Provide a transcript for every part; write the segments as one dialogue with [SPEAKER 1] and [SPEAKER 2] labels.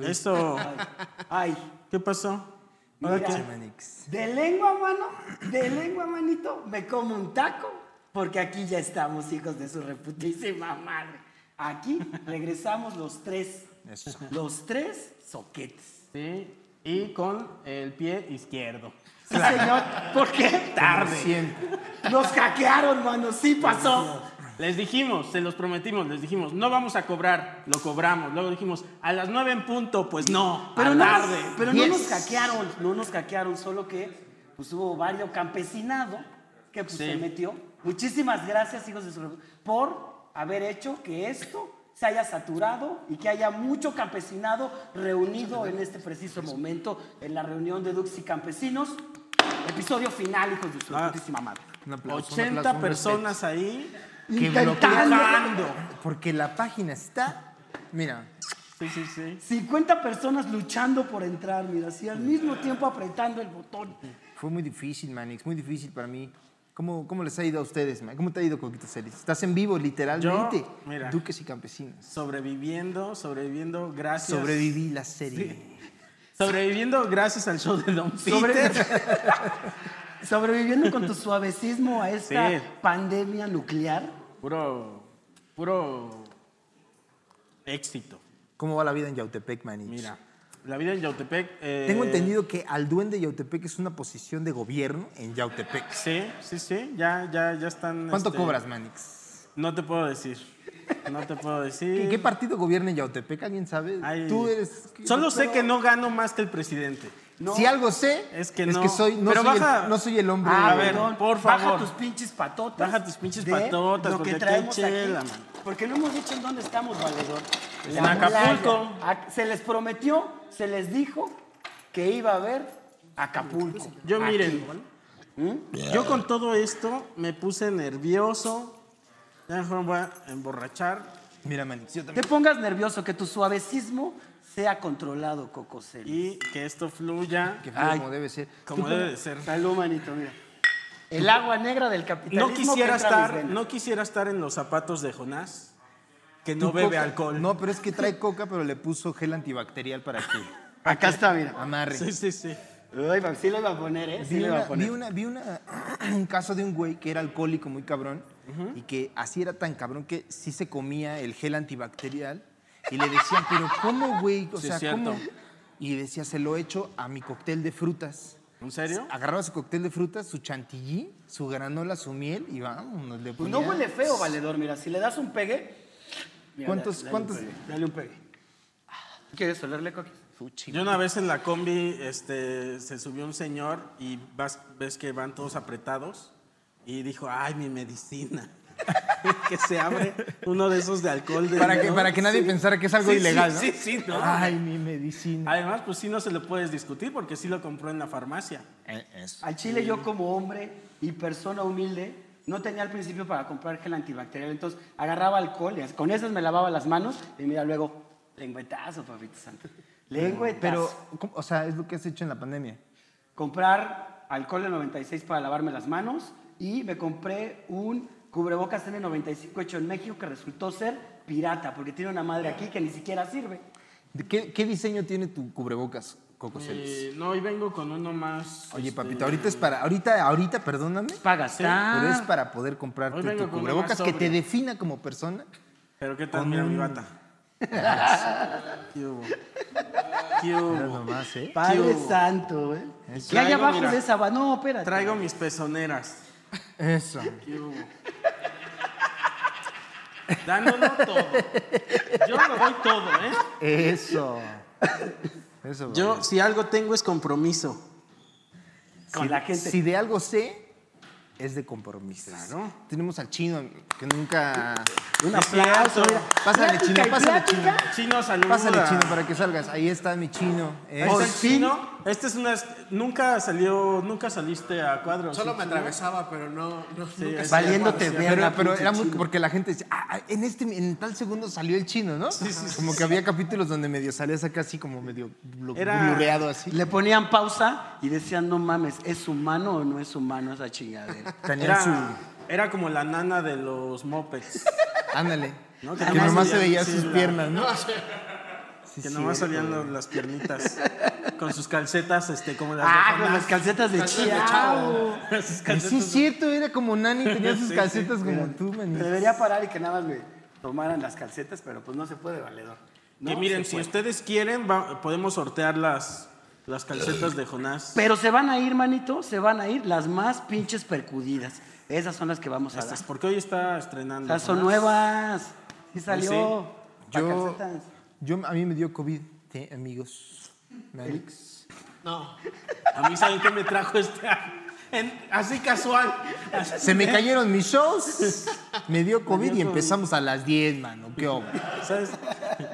[SPEAKER 1] Esto. Ay, ¿qué pasó? ¿Ahora
[SPEAKER 2] Mira,
[SPEAKER 1] qué?
[SPEAKER 2] De lengua, mano, de lengua, manito, me como un taco, porque aquí ya estamos, hijos de su reputísima madre. Aquí regresamos los tres.
[SPEAKER 3] Eso.
[SPEAKER 2] Los tres soquetes.
[SPEAKER 1] Sí, y con el pie izquierdo.
[SPEAKER 2] Sí, señor. ¿Por qué? Tarde. Nos hackearon, mano, sí pasó.
[SPEAKER 1] Les dijimos, se los prometimos, les dijimos, no vamos a cobrar, lo cobramos. Luego dijimos, a las nueve en punto, pues no,
[SPEAKER 2] Pero,
[SPEAKER 1] a
[SPEAKER 2] no,
[SPEAKER 1] tarde.
[SPEAKER 2] pero no nos hackearon, no nos hackearon, solo que pues, hubo varios campesinado que pues,
[SPEAKER 1] Sí.
[SPEAKER 2] se metió. Muchísimas gracias, hijos de su Repu- por haber hecho que esto se haya saturado y que haya mucho campesinado reunido en este preciso momento en la reunión de Dux y Campesinos. Episodio final, hijos de su
[SPEAKER 1] Ah.
[SPEAKER 2] putísima madre.
[SPEAKER 3] Un aplauso, un
[SPEAKER 1] 80
[SPEAKER 3] aplauso, un
[SPEAKER 1] personas ahí.
[SPEAKER 3] respeto. Que
[SPEAKER 2] intentando.
[SPEAKER 3] bloqueando, Porque la página está. Mira,
[SPEAKER 1] Sí, sí, sí.
[SPEAKER 2] 50 personas luchando por entrar, mira, así al mismo tiempo apretando el botón.
[SPEAKER 3] fue muy difícil, Manix, muy difícil para mí. ¿Cómo, cómo les ha ido a ustedes, man? ¿Cómo te ha ido, Coquito Celis? Estás en vivo, literalmente.
[SPEAKER 1] mira.
[SPEAKER 3] Duques y campesinos.
[SPEAKER 1] Sobreviviendo, sobreviviendo, gracias.
[SPEAKER 3] Sobreviví la serie.
[SPEAKER 1] Sobreviviendo gracias al show de Don
[SPEAKER 2] Sobre-
[SPEAKER 1] Peter.
[SPEAKER 2] Sobreviviendo con tu suavecismo a esta
[SPEAKER 1] Sí.
[SPEAKER 2] pandemia nuclear.
[SPEAKER 1] Puro, puro éxito.
[SPEAKER 3] ¿Cómo va la vida en Yautepec, Manix?
[SPEAKER 1] Mira, la vida en Yautepec. eh,
[SPEAKER 3] Tengo entendido que al duende Yautepec es una posición de gobierno en Yautepec.
[SPEAKER 1] Sí, sí, sí, ya, ya, ya están.
[SPEAKER 3] ¿Cuánto
[SPEAKER 1] este,
[SPEAKER 3] cobras, Manix?
[SPEAKER 1] No te puedo decir. No te puedo decir.
[SPEAKER 3] ¿En qué partido gobierna en Yautepec? ¿Alguien sabe?
[SPEAKER 1] Ay,
[SPEAKER 3] Tú eres.
[SPEAKER 1] Solo sé
[SPEAKER 3] pero-
[SPEAKER 1] que no gano más que el presidente.
[SPEAKER 3] Si algo sé,
[SPEAKER 1] Es que no.
[SPEAKER 3] soy, no,
[SPEAKER 1] Pero
[SPEAKER 3] soy
[SPEAKER 1] baja-
[SPEAKER 3] el, no soy el hombre.
[SPEAKER 1] A ver, por favor.
[SPEAKER 2] Baja tus pinches patotas.
[SPEAKER 1] Baja tus pinches
[SPEAKER 2] de
[SPEAKER 1] patotas,
[SPEAKER 2] Lo
[SPEAKER 1] porque
[SPEAKER 2] que
[SPEAKER 1] aquí
[SPEAKER 2] traemos
[SPEAKER 1] hay chela,
[SPEAKER 2] aquí.
[SPEAKER 1] mano.
[SPEAKER 2] Porque no hemos dicho en dónde estamos, valedor.
[SPEAKER 1] En
[SPEAKER 2] La
[SPEAKER 1] Acapulco.
[SPEAKER 2] playa. A- Se les prometió, se les dijo que iba a haber Acapulco.
[SPEAKER 1] Yo
[SPEAKER 2] Aquí.
[SPEAKER 1] miren, yo con todo esto me puse nervioso. Ya mejor me voy a emborrachar.
[SPEAKER 3] Mira, Manix, yo también.
[SPEAKER 2] Te pongas nervioso, que tu suavecismo sea controlado, Cocosel.
[SPEAKER 1] y que esto fluya
[SPEAKER 3] Que fue
[SPEAKER 2] Ay.
[SPEAKER 3] como debe ser.
[SPEAKER 1] como debe de ser.
[SPEAKER 2] Salud, manito, mira. El agua negra del capitalismo.
[SPEAKER 1] No
[SPEAKER 2] que entra
[SPEAKER 1] quisiera
[SPEAKER 2] a mis
[SPEAKER 1] estar,
[SPEAKER 2] venas.
[SPEAKER 1] no quisiera estar en los zapatos de Jonás, que no
[SPEAKER 3] Tu
[SPEAKER 1] bebe
[SPEAKER 3] coca-
[SPEAKER 1] alcohol.
[SPEAKER 3] No, pero es que trae coca, pero le puso gel antibacterial para que
[SPEAKER 2] Acá está, mira.
[SPEAKER 3] amarre.
[SPEAKER 1] Sí, sí, sí.
[SPEAKER 2] Ay, va- sí lo iba a poner, ¿eh? Sí
[SPEAKER 3] Vi,
[SPEAKER 2] lo iba
[SPEAKER 3] una,
[SPEAKER 2] a poner.
[SPEAKER 3] vi una- vi una- un caso de un güey que era alcohólico muy cabrón y que así era tan cabrón que sí se comía el gel antibacterial y le decían, pero ¿cómo, güey? O
[SPEAKER 1] Sí, es
[SPEAKER 3] sea, ¿cómo?
[SPEAKER 1] cierto.
[SPEAKER 3] Y decía, se lo he hecho a mi cóctel de frutas.
[SPEAKER 1] ¿En serio?
[SPEAKER 3] Agarraba su cóctel de frutas, su chantilly, su granola, su miel y vámonos, le
[SPEAKER 2] Pues no
[SPEAKER 3] ponía-
[SPEAKER 2] huele feo, valedor, mira. Si le das un pegue. mira,
[SPEAKER 3] ¿Cuántos-
[SPEAKER 2] dale,
[SPEAKER 3] cuántos-
[SPEAKER 2] Dale un pegue. Dale un pegue. ¿Quieres olerle, Coqui?
[SPEAKER 1] Yo una vez en la combi este, se subió un señor y vas, ves que van todos apretados y dijo, ay, mi medicina. que se abre uno de esos de alcohol. de-
[SPEAKER 3] Para que,
[SPEAKER 1] ¿no?
[SPEAKER 3] para que nadie
[SPEAKER 1] Sí.
[SPEAKER 3] pensara que es algo
[SPEAKER 1] Sí, sí,
[SPEAKER 3] ilegal, ¿no?
[SPEAKER 1] Sí, sí, ¿no?
[SPEAKER 3] Ay, mi medicina.
[SPEAKER 1] Además, pues sí no se lo puedes discutir porque sí lo compró en la farmacia.
[SPEAKER 3] Eh,
[SPEAKER 2] Al Chile yo como hombre y persona humilde no tenía al principio para comprar gel antibacterial, entonces agarraba alcohol y así- con esas me lavaba las manos y mira luego lengüetazo, papito santo. Lengüetazo.
[SPEAKER 3] Pero, ¿cómo? o sea, es lo que has hecho en la pandemia.
[SPEAKER 2] comprar alcohol de 96 para lavarme las manos y me compré un cubrebocas N95 hecho en México que resultó ser pirata porque tiene una madre aquí que ni siquiera sirve.
[SPEAKER 3] ¿De ¿Qué, qué diseño tiene tu cubrebocas, Coco Celis?
[SPEAKER 1] Eh, no, hoy vengo con uno más.
[SPEAKER 3] Pues Oye,
[SPEAKER 1] este, Ah.
[SPEAKER 3] papito, ahorita es para. Ahorita, ahorita, perdóname.
[SPEAKER 2] Para gastar.
[SPEAKER 3] Pero es para poder comprarte
[SPEAKER 1] Hoy vengo
[SPEAKER 3] tu
[SPEAKER 1] con
[SPEAKER 3] cubrebocas
[SPEAKER 1] una
[SPEAKER 3] que
[SPEAKER 1] más
[SPEAKER 3] te
[SPEAKER 1] sobria.
[SPEAKER 3] defina como persona.
[SPEAKER 1] Pero qué tal,
[SPEAKER 3] Con
[SPEAKER 1] mira mi
[SPEAKER 3] un-
[SPEAKER 1] bata. ¿Qué hubo? ¿Qué
[SPEAKER 3] Mira
[SPEAKER 1] hubo?
[SPEAKER 3] nomás, ¿eh?
[SPEAKER 2] Padre
[SPEAKER 1] hubo?
[SPEAKER 2] santo, ¿eh?
[SPEAKER 3] Eso.
[SPEAKER 2] ¿Qué hay
[SPEAKER 1] Traigo,
[SPEAKER 2] abajo
[SPEAKER 1] mira.
[SPEAKER 2] de esa va? No, espérate.
[SPEAKER 1] Traigo mis pezoneras.
[SPEAKER 3] Eso.
[SPEAKER 1] ¿Qué hubo? Dándolo todo. Yo lo doy todo, ¿eh?
[SPEAKER 3] Eso. Eso. bro.
[SPEAKER 1] Yo, si algo tengo, es compromiso.
[SPEAKER 2] con
[SPEAKER 3] si,
[SPEAKER 2] la gente.
[SPEAKER 3] si de algo sé, es de compromiso.
[SPEAKER 1] Claro.
[SPEAKER 3] Tenemos al chino que nunca. Un
[SPEAKER 1] Es
[SPEAKER 3] aplauso.
[SPEAKER 1] cierto.
[SPEAKER 3] mira. Pásale,
[SPEAKER 2] Plática
[SPEAKER 3] chino,
[SPEAKER 2] y
[SPEAKER 3] pásale,
[SPEAKER 2] plática.
[SPEAKER 3] chino.
[SPEAKER 1] Chino, saluda.
[SPEAKER 3] Pásale, chino, para que salgas. Ahí está mi chino.
[SPEAKER 1] Ahí está el
[SPEAKER 3] Eso.
[SPEAKER 1] chino. Este es una. Nunca salió. Nunca saliste a cuadros.
[SPEAKER 4] Solo
[SPEAKER 1] ¿sí,
[SPEAKER 4] me
[SPEAKER 1] chino?
[SPEAKER 4] atravesaba, pero no. no nunca
[SPEAKER 1] es-
[SPEAKER 4] salía
[SPEAKER 2] Valiéndote
[SPEAKER 4] cuadro.
[SPEAKER 2] ver.
[SPEAKER 3] Pero,
[SPEAKER 2] la
[SPEAKER 3] pero
[SPEAKER 2] pinche
[SPEAKER 3] era muy,
[SPEAKER 2] chino.
[SPEAKER 3] porque la gente decía, "Ah, ah, en, este, en tal segundo salió el chino, ¿no? como que había capítulos donde medio salías acá así como medio blu-
[SPEAKER 1] Era-
[SPEAKER 3] blurreado así.
[SPEAKER 2] Le ponían pausa y decían, no mames, ¿es humano o no es humano esa chingadera?
[SPEAKER 3] Tenía
[SPEAKER 1] Era,
[SPEAKER 3] su...
[SPEAKER 1] era como la nana de los mopeds.
[SPEAKER 3] Ándale.
[SPEAKER 1] No, que
[SPEAKER 3] que
[SPEAKER 1] nada más
[SPEAKER 3] nomás
[SPEAKER 1] se
[SPEAKER 3] se veía
[SPEAKER 1] veía
[SPEAKER 3] sus
[SPEAKER 1] así la-
[SPEAKER 3] piernas, ¿no?
[SPEAKER 1] que nomás salían los- las piernitas con sus calcetas, este, como las
[SPEAKER 2] Ah,
[SPEAKER 1] de
[SPEAKER 2] con las
[SPEAKER 1] Jonás.
[SPEAKER 2] calcetas de
[SPEAKER 4] Calcetas de
[SPEAKER 2] chavo.
[SPEAKER 1] Sus
[SPEAKER 4] chavo.
[SPEAKER 3] Eh, Sí,
[SPEAKER 1] calcetas.
[SPEAKER 3] es cierto, era como Nani, tenía sus calcetas como tú,
[SPEAKER 2] Me
[SPEAKER 3] manito.
[SPEAKER 2] debería parar y que nada más me tomaran las calcetas, pero pues no se puede, valedor. No
[SPEAKER 1] que miren,
[SPEAKER 2] se
[SPEAKER 1] si
[SPEAKER 2] puede.
[SPEAKER 1] ustedes quieren, va- podemos sortear las, las calcetas de Jonás.
[SPEAKER 2] Pero se van a ir, manito, se van a ir las más pinches percudidas. Esas son las que vamos a dar.
[SPEAKER 1] Estas, porque hoy está estrenando.
[SPEAKER 2] Estas son
[SPEAKER 1] Jonás.
[SPEAKER 2] nuevas. Sí salió.
[SPEAKER 1] sí.
[SPEAKER 2] Pa'
[SPEAKER 3] Yo,
[SPEAKER 2] calcetas.
[SPEAKER 3] yo, a mí me dio COVID, ¿sí, amigos. Manix.
[SPEAKER 4] No.
[SPEAKER 1] A mí, ¿saben qué me trajo este año? En- así casual.
[SPEAKER 3] Se me cayeron mis shows, me dio COVID y
[SPEAKER 1] dio COVID.
[SPEAKER 3] empezamos a las 10, mano. ¿Qué obra?
[SPEAKER 1] ¿Sabes,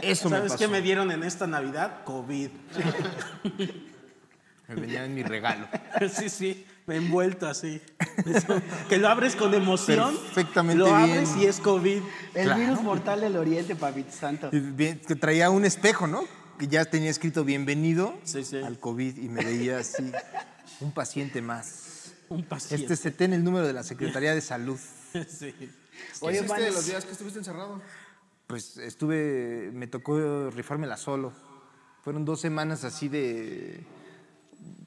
[SPEAKER 3] Eso me
[SPEAKER 1] ¿sabes qué
[SPEAKER 3] pasó.
[SPEAKER 1] me dieron en esta Navidad? COVID.
[SPEAKER 3] Me venía en mi regalo.
[SPEAKER 1] Sí, sí, me he envuelto así. Eso, que lo abres con emoción.
[SPEAKER 3] Perfectamente
[SPEAKER 1] Lo
[SPEAKER 3] bien.
[SPEAKER 1] abres y es COVID.
[SPEAKER 2] El
[SPEAKER 3] Claro.
[SPEAKER 2] virus mortal del oriente, papito santo.
[SPEAKER 3] Y bien- que traía un espejo, ¿no? Que ya tenía escrito bienvenido
[SPEAKER 1] Sí, sí.
[SPEAKER 3] al COVID y me veía así, un paciente más.
[SPEAKER 1] Un paciente.
[SPEAKER 3] Este se tiene el número de la Secretaría de Salud.
[SPEAKER 1] Sí.
[SPEAKER 4] Oye,
[SPEAKER 2] Oye,
[SPEAKER 4] hiciste
[SPEAKER 2] Vanes,
[SPEAKER 4] de los días que estuviste encerrado?
[SPEAKER 3] Pues estuve, me tocó rifármela solo. Fueron dos semanas así de,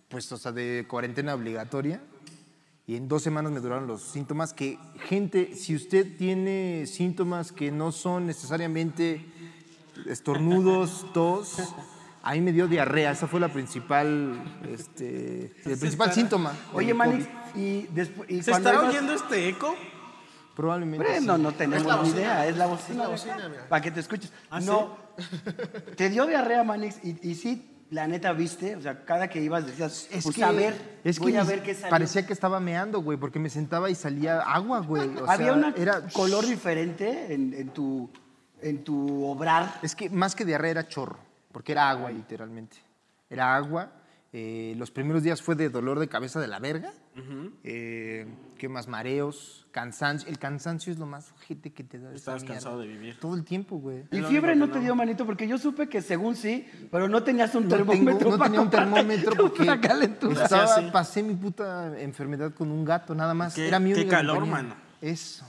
[SPEAKER 3] pues, o sea, de cuarentena obligatoria. Y en dos semanas me duraron los síntomas que, gente, si usted tiene síntomas que no son necesariamente estornudos, tos, a mí me dio diarrea. Esa fue la principal, este, el principal síntoma.
[SPEAKER 2] Oye,
[SPEAKER 3] del
[SPEAKER 2] Manix,
[SPEAKER 3] COVID.
[SPEAKER 2] y después. y
[SPEAKER 1] ¿Se
[SPEAKER 2] cuando
[SPEAKER 1] estará
[SPEAKER 2] ibas-
[SPEAKER 1] oyendo este eco?
[SPEAKER 3] Probablemente. sí.
[SPEAKER 2] Bueno, no tenemos
[SPEAKER 4] Es la
[SPEAKER 2] ni
[SPEAKER 4] bocina.
[SPEAKER 2] idea, es la bocina.
[SPEAKER 4] bocina, mira.
[SPEAKER 2] Para que te escuches.
[SPEAKER 1] ¿Ah,
[SPEAKER 2] no. Te dio diarrea, Manix, y, y sí, la neta viste, o sea, cada que ibas decías, pues a ver,
[SPEAKER 3] es que
[SPEAKER 2] voy a
[SPEAKER 3] ni-
[SPEAKER 2] ver qué salió.
[SPEAKER 3] parecía que estaba meando, güey, porque me sentaba y salía agua, güey. o sea,
[SPEAKER 2] Había un
[SPEAKER 3] era
[SPEAKER 2] color diferente en, en tu, en tu obrar.
[SPEAKER 3] Es que más que diarrea era chorro, porque era agua, literalmente. Era agua. eh, los primeros días fue de dolor de cabeza de la verga. eh, ¿Qué más? Mareos, cansancio. El cansancio es lo más ojete que te da. esa
[SPEAKER 1] Estabas
[SPEAKER 3] mierda.
[SPEAKER 1] cansado de vivir.
[SPEAKER 3] Todo el tiempo, güey.
[SPEAKER 2] Y
[SPEAKER 1] lo
[SPEAKER 2] fiebre
[SPEAKER 1] único
[SPEAKER 2] no
[SPEAKER 1] que
[SPEAKER 2] te
[SPEAKER 1] no.
[SPEAKER 2] dio manito, porque yo supe que según sí, pero no tenías un
[SPEAKER 3] No tengo-
[SPEAKER 2] termómetro.
[SPEAKER 3] no
[SPEAKER 2] para
[SPEAKER 3] tenía un
[SPEAKER 2] comprarte
[SPEAKER 3] termómetro porque
[SPEAKER 2] una calentura.
[SPEAKER 3] estaba-
[SPEAKER 1] Hacía así.
[SPEAKER 3] pasé mi puta enfermedad con un gato, nada más.
[SPEAKER 1] Qué-
[SPEAKER 3] Era mi
[SPEAKER 1] qué
[SPEAKER 3] única
[SPEAKER 1] calor,
[SPEAKER 3] compañía.
[SPEAKER 1] mano.
[SPEAKER 3] Eso.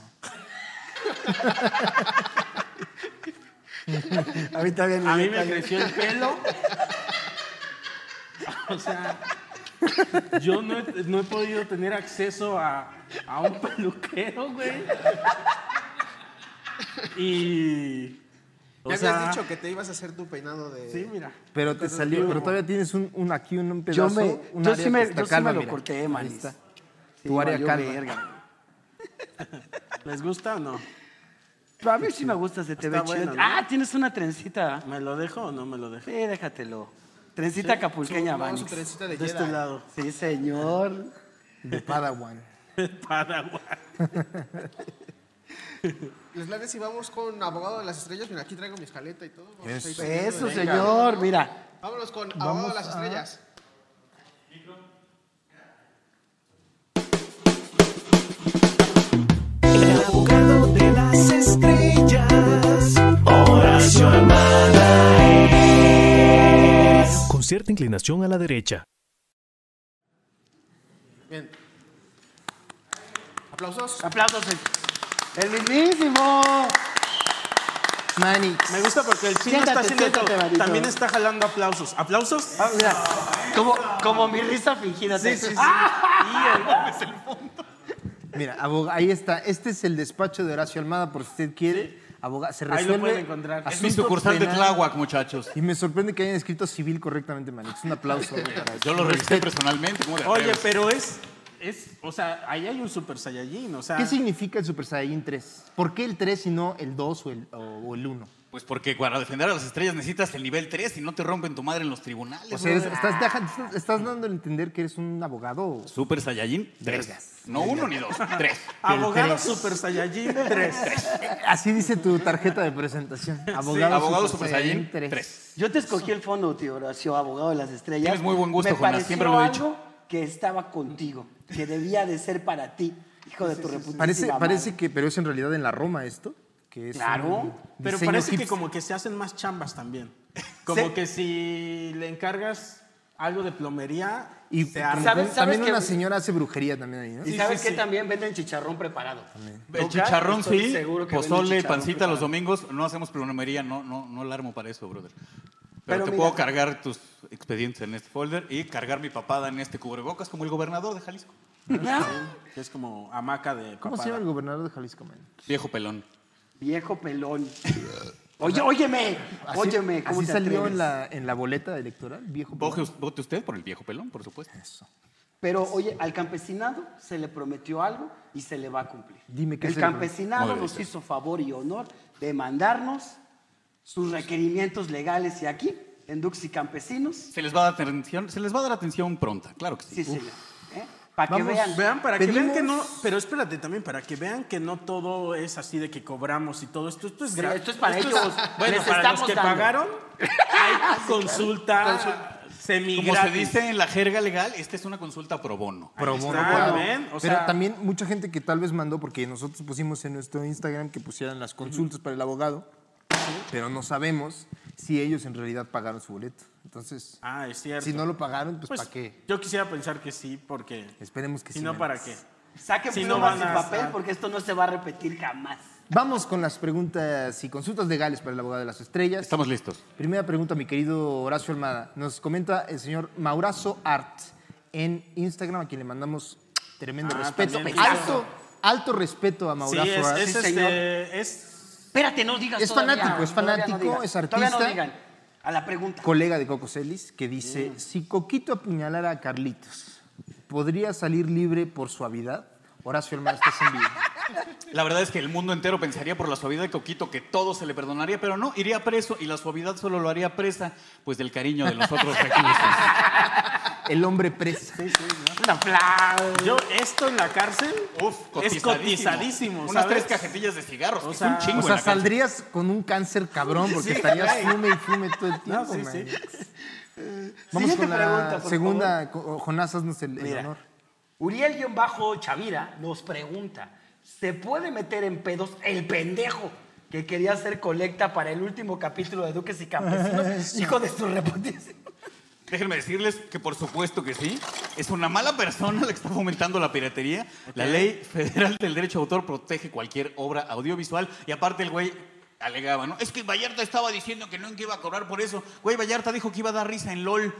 [SPEAKER 2] Ahorita bien,
[SPEAKER 1] A mí me creció el pelo. O sea, yo no he, no he podido tener acceso a, a un peluquero, güey. Y. O
[SPEAKER 4] Ya
[SPEAKER 1] sea,
[SPEAKER 4] habías dicho que te ibas a hacer tu peinado de.
[SPEAKER 1] Sí, mira.
[SPEAKER 3] Pero te salió, pero todavía tienes un, un aquí, un, un
[SPEAKER 2] Yo,
[SPEAKER 3] pedazo.
[SPEAKER 2] me,
[SPEAKER 3] un
[SPEAKER 2] yo
[SPEAKER 3] área
[SPEAKER 2] sí me,
[SPEAKER 3] que está
[SPEAKER 2] yo sí
[SPEAKER 3] calva,
[SPEAKER 2] me lo
[SPEAKER 3] mira.
[SPEAKER 2] corté,
[SPEAKER 3] Ahí
[SPEAKER 2] Manix.
[SPEAKER 3] está.
[SPEAKER 2] Sí,
[SPEAKER 3] Tu área
[SPEAKER 2] valió
[SPEAKER 3] calva.
[SPEAKER 2] verga.
[SPEAKER 1] ¿Les gusta o no?
[SPEAKER 2] Pero a mí sí me gusta, se te
[SPEAKER 1] Está
[SPEAKER 2] ve chido.
[SPEAKER 1] bueno, ¿no?
[SPEAKER 2] Ah, tienes una trencita.
[SPEAKER 1] ¿Me lo dejo o no me lo dejo?
[SPEAKER 2] Sí, déjatelo. Trencita acapulqueña,
[SPEAKER 4] No, su
[SPEAKER 2] Vanix.
[SPEAKER 4] trencita de
[SPEAKER 1] De este
[SPEAKER 4] Jedi.
[SPEAKER 1] lado.
[SPEAKER 2] Sí, señor.
[SPEAKER 3] De Padawan.
[SPEAKER 1] eh. Paraguay.
[SPEAKER 4] Les late si vamos con Abogado de las Estrellas. Mira, aquí traigo mi escaleta y todo. Vamos a ir subiendo
[SPEAKER 2] Eso,
[SPEAKER 4] de-
[SPEAKER 2] señor, mira.
[SPEAKER 4] Vámonos con Abogado de las Estrellas.
[SPEAKER 5] El abogado de las estrellas, Horacio Almada Con cierta inclinación a la derecha.
[SPEAKER 4] Bien. Aplausos.
[SPEAKER 2] Aplausos. El mismísimo.
[SPEAKER 3] Manix.
[SPEAKER 1] Me gusta porque el chino
[SPEAKER 2] Siéntate,
[SPEAKER 1] está haciendo
[SPEAKER 2] siéntate,
[SPEAKER 1] esto.
[SPEAKER 2] Marito.
[SPEAKER 1] También está jalando aplausos. ¿Aplausos?
[SPEAKER 2] Ah, mira. Como, como mi risa fingida.
[SPEAKER 1] Sí, sí, sí.
[SPEAKER 3] Mira, aboga- ahí está. Este es el despacho de Horacio Almada, por si usted quiere. Aboga- se
[SPEAKER 1] lo
[SPEAKER 3] resuelve
[SPEAKER 1] pueden encontrar. Es
[SPEAKER 6] Es mi
[SPEAKER 3] asunto
[SPEAKER 6] sucursal de
[SPEAKER 3] penal.
[SPEAKER 6] Tláhuac, muchachos.
[SPEAKER 3] Y me sorprende que hayan escrito civil correctamente, Manix. Un aplauso. güey, para
[SPEAKER 6] Yo
[SPEAKER 3] su
[SPEAKER 6] lo revisé
[SPEAKER 3] respeto.
[SPEAKER 6] personalmente. ¿cómo te
[SPEAKER 1] Oye,
[SPEAKER 6] atreves?
[SPEAKER 1] pero es, es, o sea, ahí hay un super saiyajin, o sea,
[SPEAKER 3] ¿Qué significa el Super Saiyajin 3? ¿Por qué el 3 y no el 2 o el, o, o el 1?
[SPEAKER 6] Pues porque para defender a las estrellas necesitas el nivel 3 y no te rompen tu madre en los tribunales.
[SPEAKER 3] O sea, eres-
[SPEAKER 6] brother.
[SPEAKER 3] estás, deja- estás- estás dando a entender que eres un abogado.
[SPEAKER 6] Super Saiyajin 3.
[SPEAKER 3] Vergas.
[SPEAKER 6] No uno ni dos, tres.
[SPEAKER 1] abogado
[SPEAKER 3] tres.
[SPEAKER 1] super saiyajin 3.
[SPEAKER 3] Así dice tu tarjeta de presentación. Abogado,
[SPEAKER 6] abogado Super Saiyajin
[SPEAKER 3] 3.
[SPEAKER 6] 3.
[SPEAKER 2] Yo te escogí el fondo, tío Horacio, abogado de las estrellas.
[SPEAKER 6] Tienes muy buen gusto,
[SPEAKER 2] Me
[SPEAKER 6] Jonás,
[SPEAKER 2] pareció
[SPEAKER 6] siempre lo he dicho.
[SPEAKER 2] algo que estaba contigo, que debía de ser para ti, hijo de tu reputación.
[SPEAKER 3] Parece, parece que, pero es en realidad en la Roma esto. Que es
[SPEAKER 2] Claro,
[SPEAKER 3] un
[SPEAKER 1] Pero
[SPEAKER 3] diseño
[SPEAKER 1] parece que
[SPEAKER 3] hipster.
[SPEAKER 1] como que se hacen más chambas también. Como
[SPEAKER 2] Sí.
[SPEAKER 1] que si le encargas algo de plomería
[SPEAKER 3] Y pues,
[SPEAKER 1] se arma.
[SPEAKER 2] ¿Sabes- sabes
[SPEAKER 3] también
[SPEAKER 2] que-
[SPEAKER 3] una señora hace brujería también ahí, ¿no?
[SPEAKER 2] Y
[SPEAKER 1] Sí,
[SPEAKER 2] sabes
[SPEAKER 1] sí,
[SPEAKER 2] que
[SPEAKER 1] sí.
[SPEAKER 2] también venden chicharrón preparado.
[SPEAKER 6] El
[SPEAKER 2] Toca,
[SPEAKER 6] chicharrón
[SPEAKER 2] estoy
[SPEAKER 6] sí,
[SPEAKER 2] seguro que venden
[SPEAKER 6] pozole,
[SPEAKER 2] chicharrón
[SPEAKER 6] pancita los
[SPEAKER 2] preparado.
[SPEAKER 6] domingos. No hacemos plomería, no, no, no alarmo para eso, brother. Pero,
[SPEAKER 2] Pero
[SPEAKER 6] te
[SPEAKER 2] mira-
[SPEAKER 6] puedo cargar tus expedientes en este folder y cargar mi papada en este cubrebocas como el gobernador de Jalisco.
[SPEAKER 1] Que es como hamaca de
[SPEAKER 3] ¿Cómo se
[SPEAKER 1] papada.
[SPEAKER 3] llama el gobernador de Jalisco, man?
[SPEAKER 6] Viejo pelón.
[SPEAKER 2] Viejo pelón. Oye, óyeme,
[SPEAKER 3] Así-
[SPEAKER 2] óyeme, ¿cómo
[SPEAKER 3] así
[SPEAKER 2] te
[SPEAKER 3] salió
[SPEAKER 2] atreves?
[SPEAKER 3] en la, en la boleta electoral, viejo.
[SPEAKER 6] Vote, us- vote usted por el viejo pelón, por supuesto.
[SPEAKER 2] Pero oye, al campesinado se le prometió algo y se le va a cumplir.
[SPEAKER 3] Dime qué
[SPEAKER 2] El
[SPEAKER 3] se le-
[SPEAKER 2] campesinado
[SPEAKER 6] Madre
[SPEAKER 2] nos
[SPEAKER 3] pues.
[SPEAKER 6] de-
[SPEAKER 2] hizo favor y honor de mandarnos sus requerimientos legales y aquí, en Dux y Campesinos.
[SPEAKER 6] Se les va a dar atención, se les va a dar atención pronta, claro que sí.
[SPEAKER 2] Sí, señor. Para que
[SPEAKER 3] Vamos,
[SPEAKER 2] vean.
[SPEAKER 1] Vean, para que vean que no,
[SPEAKER 3] Pedimos-
[SPEAKER 1] pero espérate también, para que vean que no todo es así de que cobramos y todo esto. Esto es
[SPEAKER 2] Sí,
[SPEAKER 1] gratis.
[SPEAKER 2] esto es para
[SPEAKER 1] ellos.
[SPEAKER 2] ellos.
[SPEAKER 1] Bueno,
[SPEAKER 2] Les
[SPEAKER 1] para
[SPEAKER 2] estamos
[SPEAKER 1] los que
[SPEAKER 2] dando.
[SPEAKER 1] pagaron, hay consulta
[SPEAKER 6] Como se
[SPEAKER 1] semigratis.
[SPEAKER 6] dice en la jerga legal, esta es una consulta pro bono.
[SPEAKER 1] Pro bono. ¿ven?
[SPEAKER 3] Pero
[SPEAKER 1] O sea-
[SPEAKER 3] también mucha gente que tal vez mandó, porque nosotros pusimos en nuestro Instagram que pusieran las consultas para el abogado, pero no sabemos si ellos en realidad pagaron su boleto. Entonces,
[SPEAKER 1] Ah, es cierto.
[SPEAKER 3] si no lo pagaron, pues,
[SPEAKER 1] Pues,
[SPEAKER 3] ¿para qué?
[SPEAKER 1] Yo quisiera pensar que sí, porque
[SPEAKER 3] Esperemos que
[SPEAKER 1] si
[SPEAKER 3] sí,
[SPEAKER 1] no,
[SPEAKER 3] man.
[SPEAKER 1] ¿para qué?
[SPEAKER 2] Saquen
[SPEAKER 1] Si no
[SPEAKER 2] plumas
[SPEAKER 1] van
[SPEAKER 2] y
[SPEAKER 1] a-
[SPEAKER 2] papel porque esto no se va a repetir jamás.
[SPEAKER 3] Vamos con las preguntas y consultas legales para el abogado de las estrellas.
[SPEAKER 6] Estamos listos.
[SPEAKER 3] Primera pregunta, mi querido Horacio Almada. Nos comenta el señor Maurazo Art en Instagram, a quien le mandamos tremendo
[SPEAKER 1] Ah,
[SPEAKER 3] respeto.
[SPEAKER 1] también.
[SPEAKER 3] Alto, alto respeto a Maurazo
[SPEAKER 1] Sí, es,
[SPEAKER 3] Art.
[SPEAKER 1] es,
[SPEAKER 2] sí,
[SPEAKER 1] este,
[SPEAKER 2] señor.
[SPEAKER 1] es-
[SPEAKER 2] Espérate, no digas
[SPEAKER 3] Es
[SPEAKER 2] todavía.
[SPEAKER 3] fanático, es
[SPEAKER 2] Todavía no
[SPEAKER 3] fanático,
[SPEAKER 2] digan.
[SPEAKER 3] es
[SPEAKER 2] Todavía no
[SPEAKER 3] artista.
[SPEAKER 2] digan. A la pregunta.
[SPEAKER 3] Colega de Coco Celis, que dice,
[SPEAKER 1] Mm.
[SPEAKER 3] si Coquito apuñalara a Carlitos, ¿podría salir libre por suavidad? Horacio Almada, estás en vivo.
[SPEAKER 6] La verdad es que el mundo entero pensaría por la suavidad de Coquito que todo se le perdonaría, pero no, iría preso y la suavidad solo lo haría presa, pues del cariño de los otros reclusos.
[SPEAKER 3] El hombre presa.
[SPEAKER 2] Un aplauso.
[SPEAKER 1] yo esto en la cárcel es cotizadísimo,
[SPEAKER 6] Unas
[SPEAKER 1] ¿sabes?
[SPEAKER 6] tres cajetillas de cigarros,
[SPEAKER 1] O
[SPEAKER 6] que es
[SPEAKER 1] sea-
[SPEAKER 6] un chingo
[SPEAKER 3] O sea,
[SPEAKER 6] en la cárcel.
[SPEAKER 3] saldrías con un cáncer cabrón porque estarías fume y fume todo el tiempo,
[SPEAKER 1] No, sí,
[SPEAKER 3] man.
[SPEAKER 1] sí.
[SPEAKER 3] Vamos
[SPEAKER 2] Siguiente
[SPEAKER 3] con la
[SPEAKER 2] pregunta, por
[SPEAKER 3] segunda, co- Jonás, haznos el, el
[SPEAKER 2] Mira,
[SPEAKER 3] honor.
[SPEAKER 2] Uriel-Chavira nos pregunta, ¿se puede meter en pedos el pendejo que quería hacer colecta para el último capítulo de Duques y Campesinos? Hijo de su reputísimo.
[SPEAKER 6] Déjenme decirles que por supuesto que sí. Es una mala persona la que está fomentando la piratería. La ley federal del derecho de autor protege cualquier obra audiovisual. Y aparte el güey alegaba, ¿no? Es que Vallarta estaba diciendo que nunca iba a cobrar por eso. Güey, Vallarta dijo que iba a dar risa en LOL.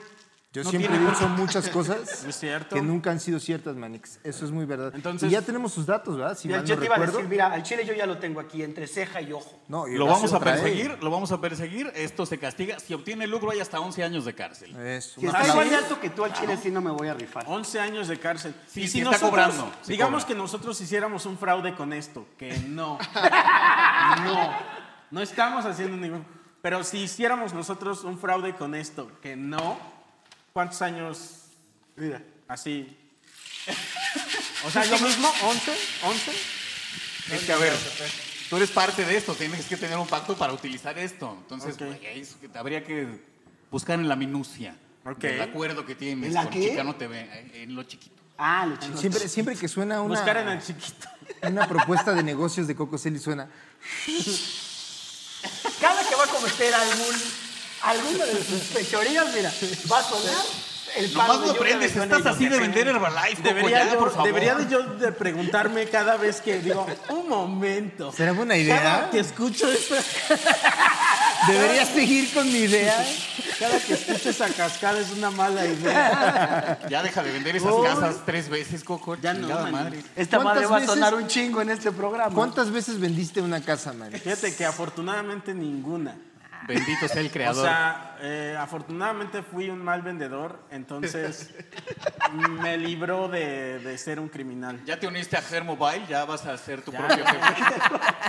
[SPEAKER 3] Yo
[SPEAKER 6] No
[SPEAKER 3] siempre he
[SPEAKER 6] tiene por
[SPEAKER 3] dicho muchas cosas
[SPEAKER 1] Es cierto.
[SPEAKER 3] que nunca han sido ciertas, Manix. Eso es muy verdad.
[SPEAKER 1] Entonces-
[SPEAKER 3] y ya tenemos sus datos, ¿verdad? Si mal no
[SPEAKER 2] yo te iba a
[SPEAKER 3] recuerdo.
[SPEAKER 2] decir, mira, al chile yo ya lo tengo aquí, entre ceja y ojo.
[SPEAKER 3] No, y
[SPEAKER 6] Lo
[SPEAKER 3] Horacio
[SPEAKER 6] vamos a
[SPEAKER 3] trae.
[SPEAKER 6] perseguir, lo vamos a perseguir. Esto se castiga. Si obtiene lucro hay hasta 11 años de cárcel.
[SPEAKER 3] Eso,
[SPEAKER 2] Si
[SPEAKER 3] un
[SPEAKER 2] está
[SPEAKER 3] aplauso.
[SPEAKER 2] igual de alto que tú, al chile sí no me voy a rifar.
[SPEAKER 1] 11 años de cárcel.
[SPEAKER 6] Sí,
[SPEAKER 1] y
[SPEAKER 6] sí
[SPEAKER 1] si
[SPEAKER 6] está
[SPEAKER 1] nosotros,
[SPEAKER 6] cobrando, sí
[SPEAKER 1] digamos
[SPEAKER 6] cobra.
[SPEAKER 1] que nosotros hiciéramos un fraude con esto, que no, no, no estamos haciendo ningún. Pero si hiciéramos nosotros un fraude con esto, que no, ¿cuántos años? Así. O sea, lo mismo, 11, 11.
[SPEAKER 6] Es que a ver, tú eres parte de esto. Tienes que tener un pacto para utilizar esto. Entonces,
[SPEAKER 1] Ok.
[SPEAKER 6] güey, ahí es que te- habría que buscar en la minucia.
[SPEAKER 1] Ok.
[SPEAKER 6] El acuerdo que tienes
[SPEAKER 2] ¿En la
[SPEAKER 6] con
[SPEAKER 2] qué?
[SPEAKER 6] Chicano TV, eh, en lo chiquito.
[SPEAKER 2] Ah, lo chido.
[SPEAKER 3] Siempre, siempre que suena
[SPEAKER 1] Buscar en el
[SPEAKER 3] una,
[SPEAKER 1] chiquito.
[SPEAKER 3] una propuesta de negocios de Coco Celis suena.
[SPEAKER 2] Cada que va a cometer algún, alguna de sus fechorías, mira, va a sonar el palo
[SPEAKER 6] Nomás
[SPEAKER 2] de
[SPEAKER 6] lo
[SPEAKER 2] lluvia
[SPEAKER 6] aprendes,
[SPEAKER 2] de
[SPEAKER 6] estás
[SPEAKER 2] Juanito.
[SPEAKER 6] así de vender Herbalife, Coco,
[SPEAKER 1] Debería,
[SPEAKER 6] ya,
[SPEAKER 1] yo-
[SPEAKER 6] por favor.
[SPEAKER 1] debería de yo de preguntarme cada vez que digo, un momento.
[SPEAKER 3] ¿Será buena idea?
[SPEAKER 2] Ah,
[SPEAKER 1] Cada que escucho esta,
[SPEAKER 3] Deberías seguir con mi idea.
[SPEAKER 1] cada que escucho esa cascada es una mala idea.
[SPEAKER 6] Ya deja de vender esas casas tres veces, Coco. Ya no, madre.
[SPEAKER 2] Ah, Esta madre
[SPEAKER 3] ¿Cuántas
[SPEAKER 2] va a sonar
[SPEAKER 3] veces?
[SPEAKER 2] un chingo en este programa.
[SPEAKER 3] ¿Cuántas veces vendiste una casa, Manix?
[SPEAKER 1] Fíjate que afortunadamente ninguna.
[SPEAKER 6] Bendito sea el
[SPEAKER 1] O
[SPEAKER 6] creador.
[SPEAKER 1] sea, eh, afortunadamente fui un mal vendedor, entonces me libró de, de ser un criminal.
[SPEAKER 6] ya te uniste a Germobile, ya vas a ser tu propio jefe.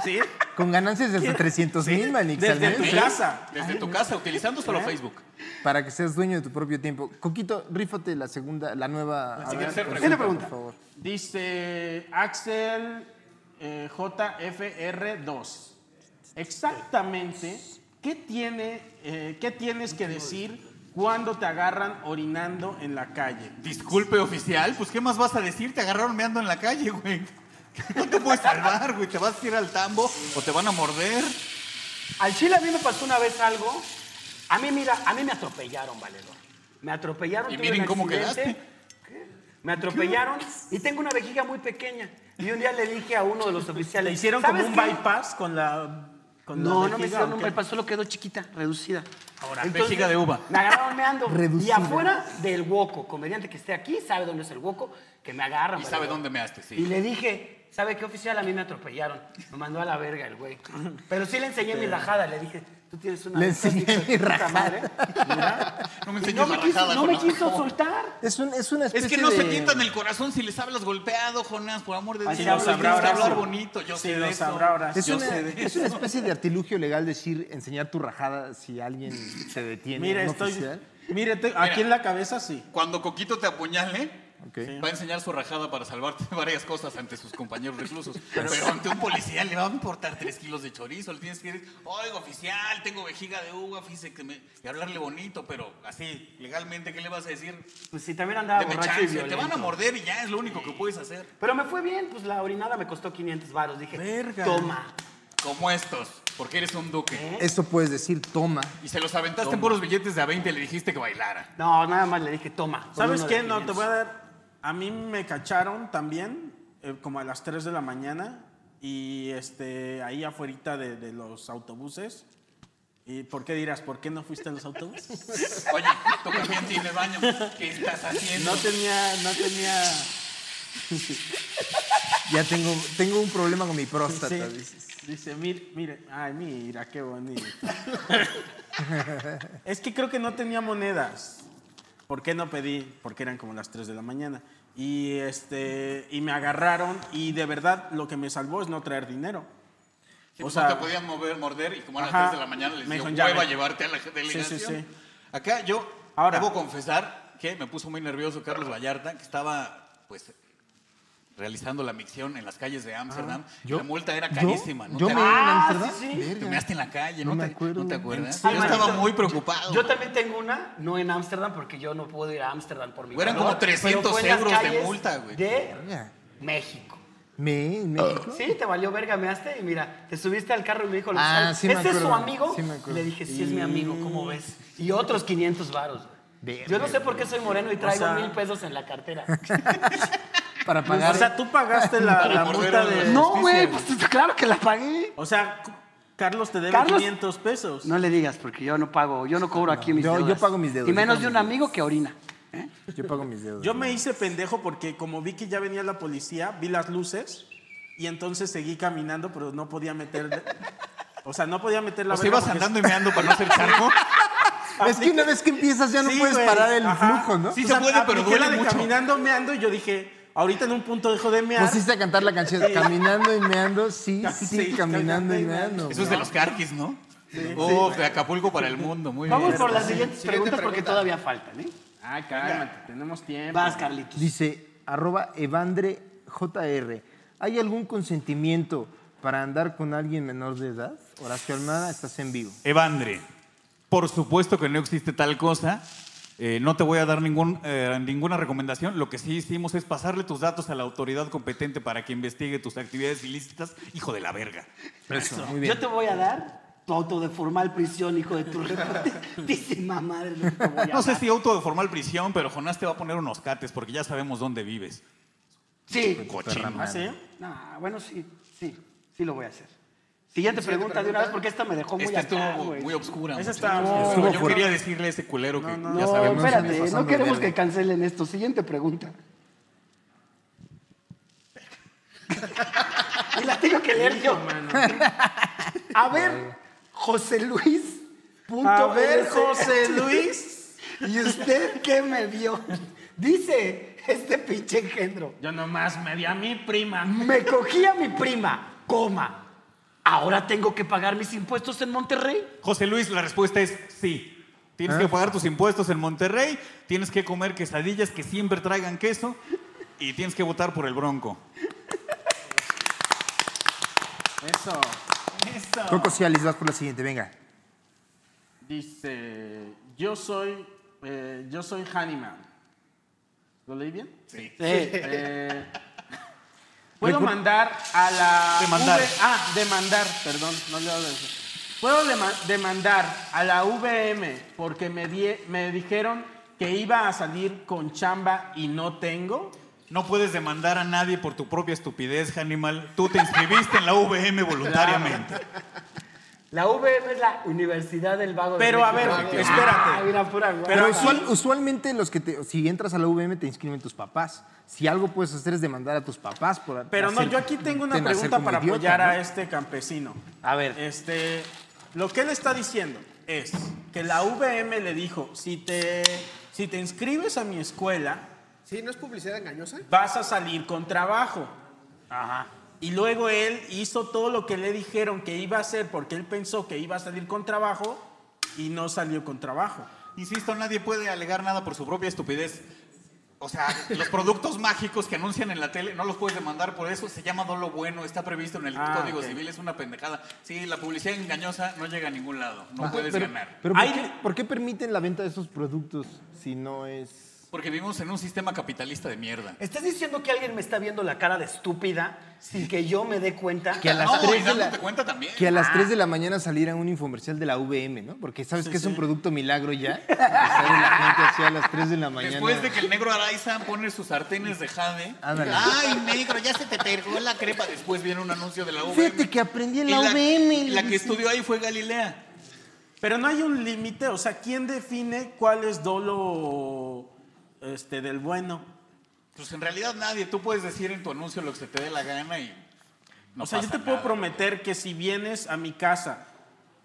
[SPEAKER 1] ¿Sí?
[SPEAKER 3] Con ganancias de hasta 300 mil, Manix, al
[SPEAKER 1] Desde
[SPEAKER 3] mes,
[SPEAKER 1] tu
[SPEAKER 3] ¿eh?
[SPEAKER 1] casa.
[SPEAKER 6] Desde tu casa, utilizando solo Facebook.
[SPEAKER 3] Para que seas dueño de tu propio tiempo. Coquito, rífate la segunda, la nueva. a ver,
[SPEAKER 6] tercera
[SPEAKER 3] consulta,
[SPEAKER 2] pregunta.
[SPEAKER 3] Por favor.
[SPEAKER 1] Dice Axel eh, JFR2. Exactamente, ¿qué, tiene, eh, ¿qué tienes que decir cuando te agarran orinando en la calle?
[SPEAKER 6] Disculpe, oficial, pues ¿qué más vas a decir? Te agarraron meando en la calle, güey. No te puedes salvar, güey. Te vas a ir al tambo o te van a morder.
[SPEAKER 2] Al Chile a mí me pasó una vez algo. A mí, mira, a mí me atropellaron, valedor. Me atropellaron.
[SPEAKER 6] Y
[SPEAKER 2] tuve
[SPEAKER 6] miren
[SPEAKER 2] un
[SPEAKER 6] cómo
[SPEAKER 2] accidente.
[SPEAKER 6] quedaste.
[SPEAKER 2] ¿Qué? Me atropellaron y tengo una vejiga muy pequeña. Y un día le dije a uno de los
[SPEAKER 1] Le
[SPEAKER 2] oficiales.
[SPEAKER 1] hicieron como
[SPEAKER 2] "¿Sabes
[SPEAKER 1] un
[SPEAKER 2] qué?
[SPEAKER 1] bypass con la Con la
[SPEAKER 2] No, no me
[SPEAKER 1] vejiga,
[SPEAKER 2] hicieron un
[SPEAKER 1] ¿o qué?
[SPEAKER 2] bypass, solo quedó chiquita, reducida.
[SPEAKER 6] Ahora, vejiga de uva.
[SPEAKER 2] Me agarraron meando.
[SPEAKER 3] Reducida.
[SPEAKER 2] Y afuera del hueco, comediante que esté aquí, sabe dónde es el hueco, que me agarran.
[SPEAKER 6] Y
[SPEAKER 2] para-
[SPEAKER 6] sabe dónde measte, sí.
[SPEAKER 2] Y le dije, ¿sabe qué oficial? A mí me atropellaron. Me mandó a la verga el güey. Pero sí le enseñé mi rajada. Le dije, tú tienes una...
[SPEAKER 3] Le enseñé
[SPEAKER 2] hijo de
[SPEAKER 3] mi
[SPEAKER 2] puta
[SPEAKER 3] rajada.
[SPEAKER 2] madre". Mira.
[SPEAKER 6] No me
[SPEAKER 2] Y
[SPEAKER 6] enseñes
[SPEAKER 2] no me
[SPEAKER 6] la
[SPEAKER 2] quiso,
[SPEAKER 6] rajada,
[SPEAKER 2] no me
[SPEAKER 6] Jonás.
[SPEAKER 2] quiso soltar.
[SPEAKER 3] Es, un- es una
[SPEAKER 6] Es
[SPEAKER 3] especie
[SPEAKER 6] que no se
[SPEAKER 3] de-
[SPEAKER 6] quitan el corazón si les hablas golpeado, Jonás, por amor de Dios.
[SPEAKER 1] Sí
[SPEAKER 2] lo
[SPEAKER 6] Tienes
[SPEAKER 2] sabrá
[SPEAKER 6] que
[SPEAKER 2] ahora
[SPEAKER 6] hablar
[SPEAKER 1] sí.
[SPEAKER 6] bonito, yo
[SPEAKER 1] Sí,
[SPEAKER 6] sé
[SPEAKER 1] lo
[SPEAKER 6] de eso.
[SPEAKER 1] sabrá ahora sí.
[SPEAKER 3] Es
[SPEAKER 1] Yo
[SPEAKER 3] una,
[SPEAKER 1] sé de
[SPEAKER 3] es una especie de artilugio legal decir enseñar tu rajada si alguien te detiene.
[SPEAKER 1] Mire,
[SPEAKER 3] ¿no
[SPEAKER 1] estoy.
[SPEAKER 3] oficial?
[SPEAKER 1] Mire, te- aquí en la cabeza sí.
[SPEAKER 6] Cuando Coquito te apuñale,
[SPEAKER 3] Ok.
[SPEAKER 6] va a enseñar su rajada para salvarte de varias cosas ante sus compañeros reclusos. Pero ante un policía le va a importar tres kilos de chorizo. Le tienes que decir, oiga, oficial, tengo vejiga de uva, fíjese que me... Y hablarle bonito, pero así, legalmente, ¿qué le vas a decir?
[SPEAKER 2] Pues sí, también andaba
[SPEAKER 6] Deme
[SPEAKER 2] borracho y
[SPEAKER 6] chance,
[SPEAKER 2] violento.
[SPEAKER 6] te van a morder y ya es lo único que puedes hacer.
[SPEAKER 2] Pero me fue bien, pues la orinada me costó 500 varos. Dije,
[SPEAKER 1] Verga.
[SPEAKER 2] toma.
[SPEAKER 6] Como estos, porque eres un duque.
[SPEAKER 3] Eso puedes decir, toma.
[SPEAKER 6] Y se los aventaste en puros billetes de a 20 y le dijiste que bailara.
[SPEAKER 2] No, nada más le dije, toma. Con
[SPEAKER 1] ¿Sabes
[SPEAKER 2] uno de
[SPEAKER 1] qué? No, te
[SPEAKER 2] 500.
[SPEAKER 1] voy a dar. A mí me cacharon también, eh, como a las 3 de la mañana, y este, ahí afuera de, de los autobuses. ¿Y por qué dirás, por qué no fuiste a los autobuses?
[SPEAKER 6] Oye, tú también tienes baño. ¿Qué estás haciendo?
[SPEAKER 1] No tenía, no tenía.
[SPEAKER 3] Ya tengo, tengo un problema con mi próstata.
[SPEAKER 1] Sí.
[SPEAKER 3] dices.
[SPEAKER 1] Dice, mire, mire, ay, mira, qué bonito. es que creo que no tenía monedas. ¿Por qué no pedí? Porque eran como las 3 de la mañana. Y, este, y me agarraron y de verdad lo que me salvó es no traer dinero.
[SPEAKER 6] Sí,
[SPEAKER 1] O
[SPEAKER 6] pues,
[SPEAKER 1] sea-
[SPEAKER 6] no te podían mover, morder y como a las
[SPEAKER 1] Ajá.
[SPEAKER 6] 3 de la mañana les
[SPEAKER 1] Me
[SPEAKER 6] dio
[SPEAKER 1] dijeron, ya
[SPEAKER 6] hueva
[SPEAKER 1] ven.
[SPEAKER 6] llevarte a la delegación.
[SPEAKER 1] Sí, sí, sí.
[SPEAKER 6] Acá yo
[SPEAKER 1] Ahora.
[SPEAKER 6] debo confesar que me puso muy nervioso Carlos Vallarta, que estaba pues realizando la micción en las calles de Ámsterdam. y La multa era carísima. ¿no
[SPEAKER 3] Yo
[SPEAKER 6] te,
[SPEAKER 3] me
[SPEAKER 2] Ah,
[SPEAKER 3] en Amsterdam.
[SPEAKER 2] sí, sí.
[SPEAKER 3] Verga.
[SPEAKER 6] te measte en la calle, ¿no,
[SPEAKER 3] No me
[SPEAKER 6] te,
[SPEAKER 3] acuerdo.
[SPEAKER 6] ¿no te acuerdas?
[SPEAKER 2] Ay,
[SPEAKER 6] yo estaba
[SPEAKER 2] manito,
[SPEAKER 6] muy preocupado.
[SPEAKER 2] Yo también tengo una, no en Ámsterdam, porque yo no puedo ir a Ámsterdam por mi
[SPEAKER 6] Güey, eran
[SPEAKER 2] calor,
[SPEAKER 6] como 300
[SPEAKER 2] pero fue en las
[SPEAKER 6] euros de
[SPEAKER 2] calles
[SPEAKER 6] multa, güey.
[SPEAKER 2] De
[SPEAKER 3] Mira,
[SPEAKER 2] México.
[SPEAKER 3] Me, en México.
[SPEAKER 2] Sí, te valió verga, measte y mira, te subiste al carro y me dijo, lo que
[SPEAKER 3] Ah,
[SPEAKER 2] sale.
[SPEAKER 3] sí me
[SPEAKER 2] ¿este es su
[SPEAKER 3] acuerdo,
[SPEAKER 2] amigo?
[SPEAKER 3] sí me acuerdo.
[SPEAKER 2] Y le dije, sí es mi amigo, ¿cómo ves? Y otros 500 varos, güey.
[SPEAKER 3] Verga,
[SPEAKER 2] Yo no sé por qué soy moreno y traigo
[SPEAKER 1] sea-
[SPEAKER 2] mil pesos en la cartera.
[SPEAKER 3] Para
[SPEAKER 1] O
[SPEAKER 3] pagar.
[SPEAKER 1] sea, tú pagaste la, la
[SPEAKER 6] morder
[SPEAKER 1] multa
[SPEAKER 6] a la
[SPEAKER 1] de.
[SPEAKER 2] no, güey, pues claro que la pagué.
[SPEAKER 1] O sea, cu- Carlos te debe
[SPEAKER 2] Carlos-
[SPEAKER 1] 500 pesos.
[SPEAKER 2] No le digas, porque yo no pago, yo no cobro aquí mis
[SPEAKER 3] yo- yo
[SPEAKER 2] deudas.
[SPEAKER 3] pago mis deudas,
[SPEAKER 2] Y
[SPEAKER 3] yo
[SPEAKER 2] menos
[SPEAKER 3] pago
[SPEAKER 2] de un
[SPEAKER 3] mis
[SPEAKER 2] amigo que orina.
[SPEAKER 3] Yo pago mis deudas.
[SPEAKER 1] Yo me hice pendejo porque como vi que ya venía la policía, vi las luces y entonces seguí caminando, pero no podía meter. O sea, no podía meter la
[SPEAKER 6] O sea,
[SPEAKER 1] verga
[SPEAKER 6] ibas
[SPEAKER 1] porque-
[SPEAKER 6] andando y meando para no hacer charco.
[SPEAKER 3] Es que una vez que empiezas ya no
[SPEAKER 1] Sí,
[SPEAKER 3] puedes
[SPEAKER 1] güey,
[SPEAKER 3] parar el
[SPEAKER 1] ajá.
[SPEAKER 3] flujo, ¿no?
[SPEAKER 6] Sí
[SPEAKER 1] O
[SPEAKER 6] se
[SPEAKER 1] sea,
[SPEAKER 6] puede, pero
[SPEAKER 1] apliqué la
[SPEAKER 6] duele
[SPEAKER 1] de
[SPEAKER 6] mucho.
[SPEAKER 1] caminando, meando y yo dije, ahorita en un punto dejo de mear.
[SPEAKER 3] Pusiste a cantar la canción caminando y meando, sí, sí,
[SPEAKER 1] Sí,
[SPEAKER 3] caminando
[SPEAKER 1] caminando
[SPEAKER 3] y
[SPEAKER 1] y
[SPEAKER 3] meando.
[SPEAKER 6] Eso es de los carquis, ¿no? Uf, de Acapulco para el mundo, muy bien.
[SPEAKER 2] Vamos por las siguientes
[SPEAKER 4] Siguiente
[SPEAKER 2] preguntas porque
[SPEAKER 4] pregunta.
[SPEAKER 2] todavía faltan, ¿eh?
[SPEAKER 1] Ah, cálmate, tenemos tiempo.
[SPEAKER 2] Vas, Carlitos.
[SPEAKER 3] Dice arroba Evandre JR. ¿Hay algún consentimiento para andar con alguien menor de edad? Horacio Almada, estás en vivo.
[SPEAKER 6] Evandre, por supuesto que no existe tal cosa. Eh, no te voy a dar ningún, eh, ninguna recomendación. Lo que sí hicimos es pasarle tus datos a la autoridad competente para que investigue tus actividades ilícitas. Hijo de la verga.
[SPEAKER 3] Eso, muy bien.
[SPEAKER 2] Yo te voy a dar tu auto de formal prisión, hijo de tu reputísima madre. lo que te voy a
[SPEAKER 6] No sé
[SPEAKER 2] dar.
[SPEAKER 6] si auto de formal prisión, pero Jonás te va a poner unos cates porque ya sabemos dónde vives.
[SPEAKER 2] Sí.
[SPEAKER 6] Cochino.
[SPEAKER 1] ¿Ah, sí?
[SPEAKER 2] Ah, bueno, sí, sí, sí lo voy a hacer. Siguiente pregunta de una vez porque esta me dejó muy
[SPEAKER 6] Esta
[SPEAKER 2] acá,
[SPEAKER 6] Este estuvo
[SPEAKER 2] güey.
[SPEAKER 6] muy oscura.
[SPEAKER 1] Esa
[SPEAKER 6] muchachos.
[SPEAKER 1] está.
[SPEAKER 3] Estuvo
[SPEAKER 6] Yo
[SPEAKER 3] fuerte.
[SPEAKER 6] quería decirle a ese culero que ya
[SPEAKER 2] No,
[SPEAKER 6] sabemos.
[SPEAKER 2] espérate,
[SPEAKER 3] Nos
[SPEAKER 2] no
[SPEAKER 3] estamos
[SPEAKER 2] queremos
[SPEAKER 3] pasando de
[SPEAKER 2] que cancelen esto. Siguiente pregunta. y la tengo que leer yo. A ver, José Luis. punto
[SPEAKER 1] A ver,
[SPEAKER 2] LC.
[SPEAKER 1] José Luis.
[SPEAKER 2] ¿Y usted qué me vio? Dice este pinche engendro.
[SPEAKER 1] Yo nomás me di a mi prima.
[SPEAKER 2] Me cogí a mi prima, coma. Ahora tengo que pagar mis impuestos en Monterrey.
[SPEAKER 6] José Luis, la respuesta es sí. Tienes
[SPEAKER 1] Ah.
[SPEAKER 6] que pagar tus impuestos en Monterrey, tienes que comer quesadillas que siempre traigan queso y tienes que votar por el Bronco.
[SPEAKER 1] Eso.
[SPEAKER 3] Coco Cialis, vas por la siguiente, venga.
[SPEAKER 1] Dice, yo soy, eh, yo soy Handyman. ¿Lo leí bien?
[SPEAKER 6] Sí.
[SPEAKER 1] Eh, Puedo mandar a la
[SPEAKER 6] Demandar.
[SPEAKER 1] V- ah, demandar, perdón, no leo de eso. Puedo dema- demandar a la VM porque me, di- me dijeron que iba a salir con chamba y no tengo.
[SPEAKER 6] No puedes demandar a nadie por tu propia estupidez, Hannibal. Tú te inscribiste en la VM voluntariamente.
[SPEAKER 2] La UVM es la Universidad del Vago de
[SPEAKER 1] Pero a ver,
[SPEAKER 2] México. Ah,
[SPEAKER 1] espérate.
[SPEAKER 2] mira, pura
[SPEAKER 1] Pero
[SPEAKER 3] Pero
[SPEAKER 2] guapa.
[SPEAKER 1] usual-
[SPEAKER 3] usualmente los que te- si entras a la UVM te inscriben tus papás. Si algo puedes hacer es demandar a tus papás por
[SPEAKER 1] Pero no,
[SPEAKER 3] hacer-
[SPEAKER 1] yo aquí tengo una
[SPEAKER 3] hacer
[SPEAKER 1] pregunta
[SPEAKER 3] como
[SPEAKER 1] para
[SPEAKER 3] idiota,
[SPEAKER 1] apoyar
[SPEAKER 3] ¿no?
[SPEAKER 1] a este campesino.
[SPEAKER 2] A ver.
[SPEAKER 1] Este, lo que él está diciendo es que la VM le dijo, si te, si te inscribes a mi escuela,
[SPEAKER 4] Sí, ¿no es publicidad engañosa?
[SPEAKER 1] vas a salir con trabajo. Y luego él hizo todo lo que le dijeron que iba a hacer porque él pensó que iba a salir con trabajo y no salió con trabajo.
[SPEAKER 6] Insisto, nadie puede alegar nada por su propia estupidez. O sea, los productos mágicos que anuncian en la tele no los puedes demandar por eso. Se llama dolo bueno, está previsto en el
[SPEAKER 1] Ah,
[SPEAKER 6] Código
[SPEAKER 1] ok.
[SPEAKER 6] Civil, es una pendejada. Sí, la publicidad engañosa no llega a ningún lado. No
[SPEAKER 1] Ah,
[SPEAKER 3] Ajá,
[SPEAKER 6] puedes
[SPEAKER 3] pero-
[SPEAKER 6] ganar.
[SPEAKER 3] pero ¿por,
[SPEAKER 1] Hay-
[SPEAKER 3] qué, por qué permiten la venta de esos productos si no es
[SPEAKER 6] Porque vivimos en un sistema capitalista de mierda.
[SPEAKER 2] ¿Estás diciendo que alguien me está viendo la cara de estúpida sin que yo me dé cuenta?
[SPEAKER 3] que a las
[SPEAKER 6] no, y
[SPEAKER 3] 3 de
[SPEAKER 6] dándote
[SPEAKER 3] la
[SPEAKER 6] cuenta también.
[SPEAKER 3] que a las 3 de la mañana saliera un infomercial de la VM, ¿no? Porque sabes que es un producto milagro ya. que sale la gente así a las 3 de la mañana.
[SPEAKER 6] Después de que el negro Araiza pone sus sartenes de jade.
[SPEAKER 3] Ándale.
[SPEAKER 6] Ay, negro, ya se te perdió la crepa. Después viene un anuncio de la UVM.
[SPEAKER 3] Fíjate que aprendí en
[SPEAKER 6] Y
[SPEAKER 3] la, UVM.
[SPEAKER 6] y La que estudió ahí fue Galilea.
[SPEAKER 1] Pero no hay un límite, o sea, ¿quién define cuál es dolo este, del bueno?
[SPEAKER 6] Pues en realidad nadie. Tú puedes decir en tu anuncio lo que se te dé la gana y. No
[SPEAKER 1] o sea, yo
[SPEAKER 6] pasa
[SPEAKER 1] te puedo
[SPEAKER 6] nada.
[SPEAKER 1] prometer que si vienes a mi casa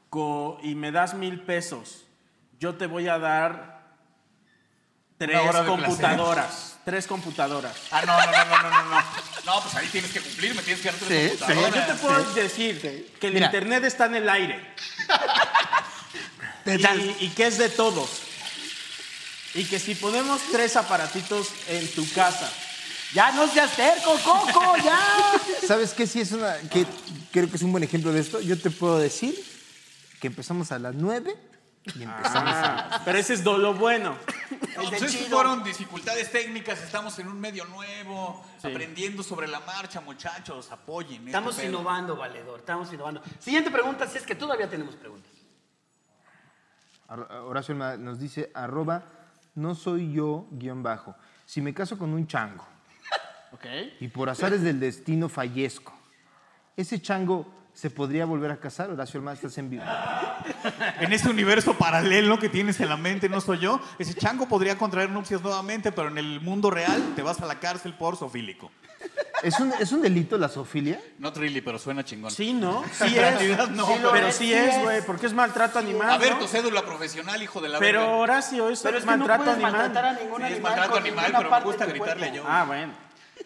[SPEAKER 1] co- y me das mil pesos, yo te voy a dar tres
[SPEAKER 6] hora de
[SPEAKER 1] computadoras. Tres computadoras.
[SPEAKER 6] Ah, no, no, no, no, no, no, no. No, pues ahí tienes que cumplir, me tienes que dar tres
[SPEAKER 3] Sí, sí.
[SPEAKER 1] O sea,
[SPEAKER 6] computadoras.
[SPEAKER 1] yo te puedo decir que el
[SPEAKER 3] Mira.
[SPEAKER 1] internet está en el aire.
[SPEAKER 3] Te das-
[SPEAKER 1] y, y que es de todos. Y que si ponemos tres aparatitos en tu casa.
[SPEAKER 2] Ya no seas terco, Coco, ya.
[SPEAKER 3] ¿Sabes qué? Sí, es una. Que creo que es un buen ejemplo de esto. Yo te puedo decir que empezamos a las 9 y empezamos
[SPEAKER 1] Pero ese es dolo bueno.
[SPEAKER 6] Entonces Pues fueron dificultades técnicas, estamos en un medio nuevo, aprendiendo sobre la marcha, muchachos, apoyen. este
[SPEAKER 2] Estamos
[SPEAKER 6] pedo.
[SPEAKER 2] innovando, valedor, estamos innovando. Siguiente pregunta, si es que todavía tenemos preguntas.
[SPEAKER 6] Ah.
[SPEAKER 3] a. Hor- Horacio Alma nos dice: arroba, no soy yo, guión bajo. Si me caso con un chango
[SPEAKER 2] ¿Ok?
[SPEAKER 3] y por azares del destino fallezco, ¿ese chango se podría volver a casar? Horacio Alma, estás en vivo.
[SPEAKER 6] En ese universo paralelo que tienes en la mente, no soy yo. Ese chango podría contraer nupcias nuevamente, pero en el mundo real te vas a la cárcel por sofílico.
[SPEAKER 3] ¿Es un, ¿Es un delito la zoofilia?
[SPEAKER 6] No really, pero suena chingón.
[SPEAKER 1] Sí, ¿no? Sí
[SPEAKER 6] En
[SPEAKER 1] es.
[SPEAKER 6] realidad no,
[SPEAKER 1] Sí lo
[SPEAKER 6] pero
[SPEAKER 1] es,
[SPEAKER 2] sí
[SPEAKER 1] sí es,
[SPEAKER 2] es.
[SPEAKER 1] güey. Porque es maltrato animal.
[SPEAKER 6] A ver,
[SPEAKER 1] ¿no?
[SPEAKER 6] tu cédula profesional, hijo de la
[SPEAKER 1] Pero
[SPEAKER 6] verga.
[SPEAKER 1] Horacio, eso
[SPEAKER 2] Pero
[SPEAKER 1] es
[SPEAKER 2] es que no
[SPEAKER 1] maltrato
[SPEAKER 2] puedes
[SPEAKER 1] animal.
[SPEAKER 2] maltratar a ningún
[SPEAKER 6] Sí, es
[SPEAKER 2] animal.
[SPEAKER 6] maltrato
[SPEAKER 2] con
[SPEAKER 6] animal,
[SPEAKER 2] ninguna
[SPEAKER 6] pero me
[SPEAKER 2] parte
[SPEAKER 6] gusta
[SPEAKER 2] de tu
[SPEAKER 6] gritarle
[SPEAKER 2] cuerpo.
[SPEAKER 6] yo.
[SPEAKER 1] Ah, bueno.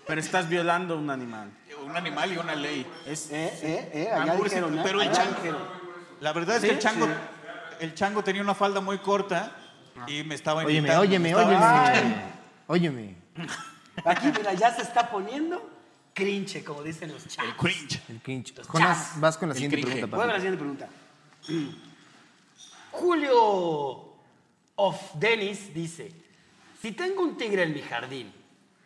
[SPEAKER 1] Pero estás violando a un animal.
[SPEAKER 6] Un animal y una ley.
[SPEAKER 1] Es,
[SPEAKER 2] Eh, eh, eh,
[SPEAKER 6] Ah,
[SPEAKER 2] allá
[SPEAKER 6] pobrecito,
[SPEAKER 2] dijeron, ¿eh?
[SPEAKER 6] pero el
[SPEAKER 2] Allá
[SPEAKER 6] chango.
[SPEAKER 2] dijeron.
[SPEAKER 6] La verdad es que el chango, el chango tenía una falda muy corta y me estaba
[SPEAKER 3] Óyeme,
[SPEAKER 6] invitando. me
[SPEAKER 3] óyeme,
[SPEAKER 6] estaba-
[SPEAKER 3] óyeme. Óyeme.
[SPEAKER 2] Aquí, mira, ya se está poniendo crinche, como dicen los
[SPEAKER 6] El
[SPEAKER 2] changos.
[SPEAKER 6] cringe.
[SPEAKER 3] El cringe.
[SPEAKER 2] Los
[SPEAKER 3] Jonas,
[SPEAKER 2] chas.
[SPEAKER 3] vas con la
[SPEAKER 6] El
[SPEAKER 3] siguiente
[SPEAKER 6] cringe.
[SPEAKER 3] pregunta,
[SPEAKER 2] Voy a
[SPEAKER 3] papi.
[SPEAKER 2] la siguiente pregunta. Julio of Dennis dice: Si tengo un tigre en mi jardín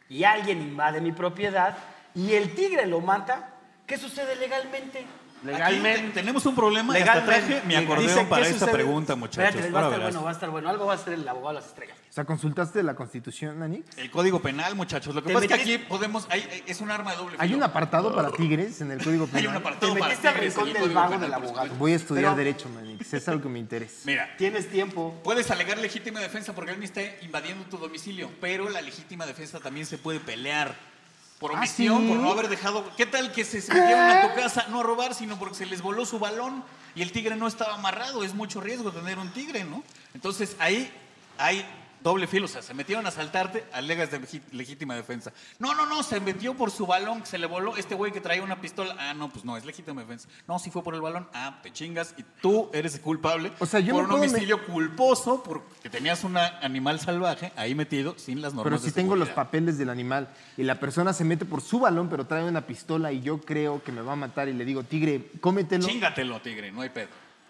[SPEAKER 2] y alguien invade mi propiedad y el tigre lo mata, ¿qué sucede legalmente?
[SPEAKER 1] Legalmente.
[SPEAKER 6] Aquí te- tenemos un problema. y hasta
[SPEAKER 1] Legalmente.
[SPEAKER 6] traje mi
[SPEAKER 1] Dicen,
[SPEAKER 6] acordeón
[SPEAKER 1] ¿qué
[SPEAKER 6] para esta
[SPEAKER 1] sucede?
[SPEAKER 6] pregunta, muchachos.
[SPEAKER 2] Espérate, va a
[SPEAKER 6] Ahora
[SPEAKER 2] estar
[SPEAKER 6] verás.
[SPEAKER 2] bueno, va a estar bueno. Algo va a ser el abogado de las estrellas.
[SPEAKER 3] O sea, ¿consultaste la constitución, Nani?
[SPEAKER 6] El código penal, muchachos. Lo que
[SPEAKER 2] Te
[SPEAKER 6] pasa es que
[SPEAKER 2] metiste-
[SPEAKER 6] aquí podemos. hay- es un arma de doble
[SPEAKER 3] ¿Hay
[SPEAKER 6] filo.
[SPEAKER 3] un apartado para tigres en el Código
[SPEAKER 6] Hay un
[SPEAKER 3] Penal?
[SPEAKER 6] apartado
[SPEAKER 2] Te
[SPEAKER 6] para
[SPEAKER 2] metiste al
[SPEAKER 6] tigres en
[SPEAKER 2] rincón
[SPEAKER 6] el
[SPEAKER 2] del
[SPEAKER 6] Código
[SPEAKER 2] vago
[SPEAKER 6] Penal,
[SPEAKER 2] del
[SPEAKER 6] por supuesto.
[SPEAKER 2] abogado.
[SPEAKER 3] Voy a estudiar
[SPEAKER 2] Pero
[SPEAKER 3] Derecho, Manix. Es algo que me interesa.
[SPEAKER 6] Mira,
[SPEAKER 2] Tienes tiempo.
[SPEAKER 6] Puedes alegar legítima defensa porque alguien está invadiendo tu domicilio, pero la legítima defensa también se puede pelear. Por
[SPEAKER 3] ¿Ah,
[SPEAKER 6] omisión,
[SPEAKER 3] sí?
[SPEAKER 6] por no haber dejado. ¿Qué tal que se metieron a tu casa no a robar, sino porque se les voló su balón y el tigre no estaba amarrado? Es mucho riesgo tener un tigre, ¿no? Entonces ahí hay doble filo. O sea, se metieron a asaltarte, alegas de legi- legítima defensa. No, no, no, se metió por su balón, que se le voló este güey que traía una pistola. Ah, no, pues no, es legítima defensa. No, si fue por el balón, ah, te chingas y tú eres el culpable
[SPEAKER 3] O sea, yo me
[SPEAKER 6] por un
[SPEAKER 3] puedo me-
[SPEAKER 6] homicidio culposo porque tenías un animal salvaje ahí metido sin las normas.
[SPEAKER 3] Pero
[SPEAKER 6] de
[SPEAKER 3] si tengo los
[SPEAKER 6] seguridad.
[SPEAKER 3] papeles del animal y la persona se mete por su balón, pero trae una pistola y yo creo que me va a matar y le digo, tigre, cómetelo.
[SPEAKER 6] Chingatelo, tigre, no hay pedo.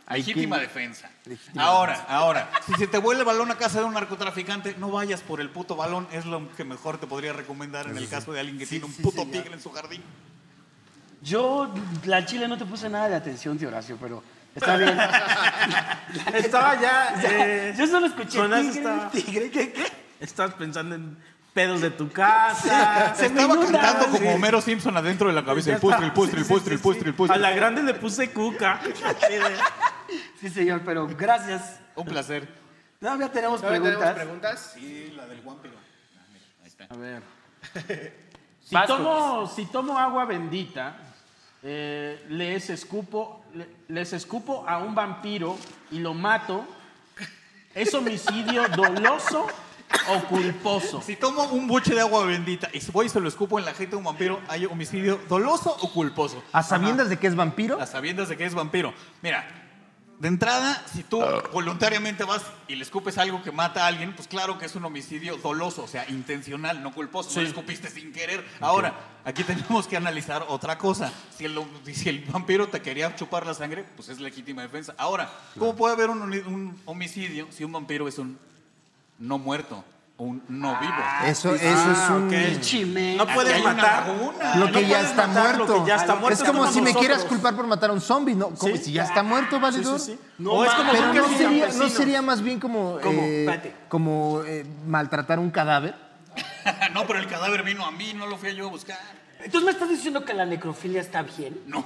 [SPEAKER 3] Hay
[SPEAKER 6] Legítima
[SPEAKER 3] que-
[SPEAKER 6] defensa.
[SPEAKER 3] Legítima
[SPEAKER 6] ahora, ahora, si se te vuelve el balón a casa de un narcotraficante, no vayas por el puto balón, es lo que mejor te podría recomendar en el caso de alguien que tiene un puto tigre en su jardín.
[SPEAKER 2] Yo, la chile, no te puse nada de atención, tío Horacio, pero está bien.
[SPEAKER 1] Estaba ya. eh,
[SPEAKER 2] Yo solo escuché
[SPEAKER 1] Jonas
[SPEAKER 2] tigre,
[SPEAKER 1] estaba-
[SPEAKER 2] tigre, ¿qué, qué?
[SPEAKER 1] Estás pensando en pedos de tu casa.
[SPEAKER 6] Se estaba
[SPEAKER 2] inundan,
[SPEAKER 6] cantando
[SPEAKER 2] sí.
[SPEAKER 6] como Homero Simpson adentro de la cabeza.
[SPEAKER 1] Ya
[SPEAKER 6] El
[SPEAKER 1] está.
[SPEAKER 6] postre, el postre, el
[SPEAKER 1] Sí, sí,
[SPEAKER 6] postre, el
[SPEAKER 1] sí,
[SPEAKER 6] postre,
[SPEAKER 1] sí.
[SPEAKER 6] el postre.
[SPEAKER 1] A la grande le puse cuca. Así de-
[SPEAKER 2] Sí, señor, pero gracias.
[SPEAKER 6] Un placer.
[SPEAKER 2] Todavía tenemos
[SPEAKER 4] ¿Todavía tenemos
[SPEAKER 2] preguntas.
[SPEAKER 4] preguntas?
[SPEAKER 6] Sí, la del Juan, pero...
[SPEAKER 1] A ver. Si
[SPEAKER 2] Vas,
[SPEAKER 1] tomo, si tomo agua bendita, eh, les, escupo, le- les escupo a un vampiro y lo mato, ¿es homicidio doloso o culposo?
[SPEAKER 6] Si tomo un buche de agua bendita y voy y se lo escupo en la gente a un vampiro, ¿hay homicidio doloso o culposo?
[SPEAKER 3] ¿A sabiendas de que es vampiro?
[SPEAKER 6] A sabiendas de que es vampiro. Mira, de entrada, si tú voluntariamente vas y le escupes algo que mata a alguien, pues claro que es un homicidio doloso, o sea, intencional, no culposo. No le escupiste sin querer. Ahora, aquí tenemos que analizar otra cosa. Si el, si el vampiro te quería chupar la sangre, pues es legítima defensa. Ahora, ¿cómo puede haber un, un homicidio si un vampiro es un no muerto? Un no vivo.
[SPEAKER 3] Eso, eso
[SPEAKER 6] ah,
[SPEAKER 3] es un...
[SPEAKER 2] El chime.
[SPEAKER 1] No puedes
[SPEAKER 6] hay una
[SPEAKER 1] matar
[SPEAKER 6] laguna.
[SPEAKER 1] no
[SPEAKER 3] Lo que, ya
[SPEAKER 1] puedes
[SPEAKER 3] está
[SPEAKER 1] matar
[SPEAKER 3] muerto.
[SPEAKER 1] Lo que ya está muerto.
[SPEAKER 3] Es como si me
[SPEAKER 1] nosotros.
[SPEAKER 3] quieras culpar por matar a un zombie, ¿no? Como
[SPEAKER 1] Sí.
[SPEAKER 3] si ya está muerto,
[SPEAKER 1] Sí,
[SPEAKER 3] valedor.
[SPEAKER 1] sí, sí.
[SPEAKER 2] No
[SPEAKER 1] o es como
[SPEAKER 2] mames.
[SPEAKER 3] Pero
[SPEAKER 1] que
[SPEAKER 3] no
[SPEAKER 1] si
[SPEAKER 3] sería, no
[SPEAKER 1] campesinos.
[SPEAKER 3] sería más bien como,
[SPEAKER 2] ¿Cómo?
[SPEAKER 3] eh,
[SPEAKER 2] Espérate.
[SPEAKER 3] como eh, maltratar un cadáver.
[SPEAKER 6] No, pero el cadáver vino a mí, no lo fui yo a buscar.
[SPEAKER 2] Entonces me estás diciendo que la necrofilia está bien.
[SPEAKER 6] No.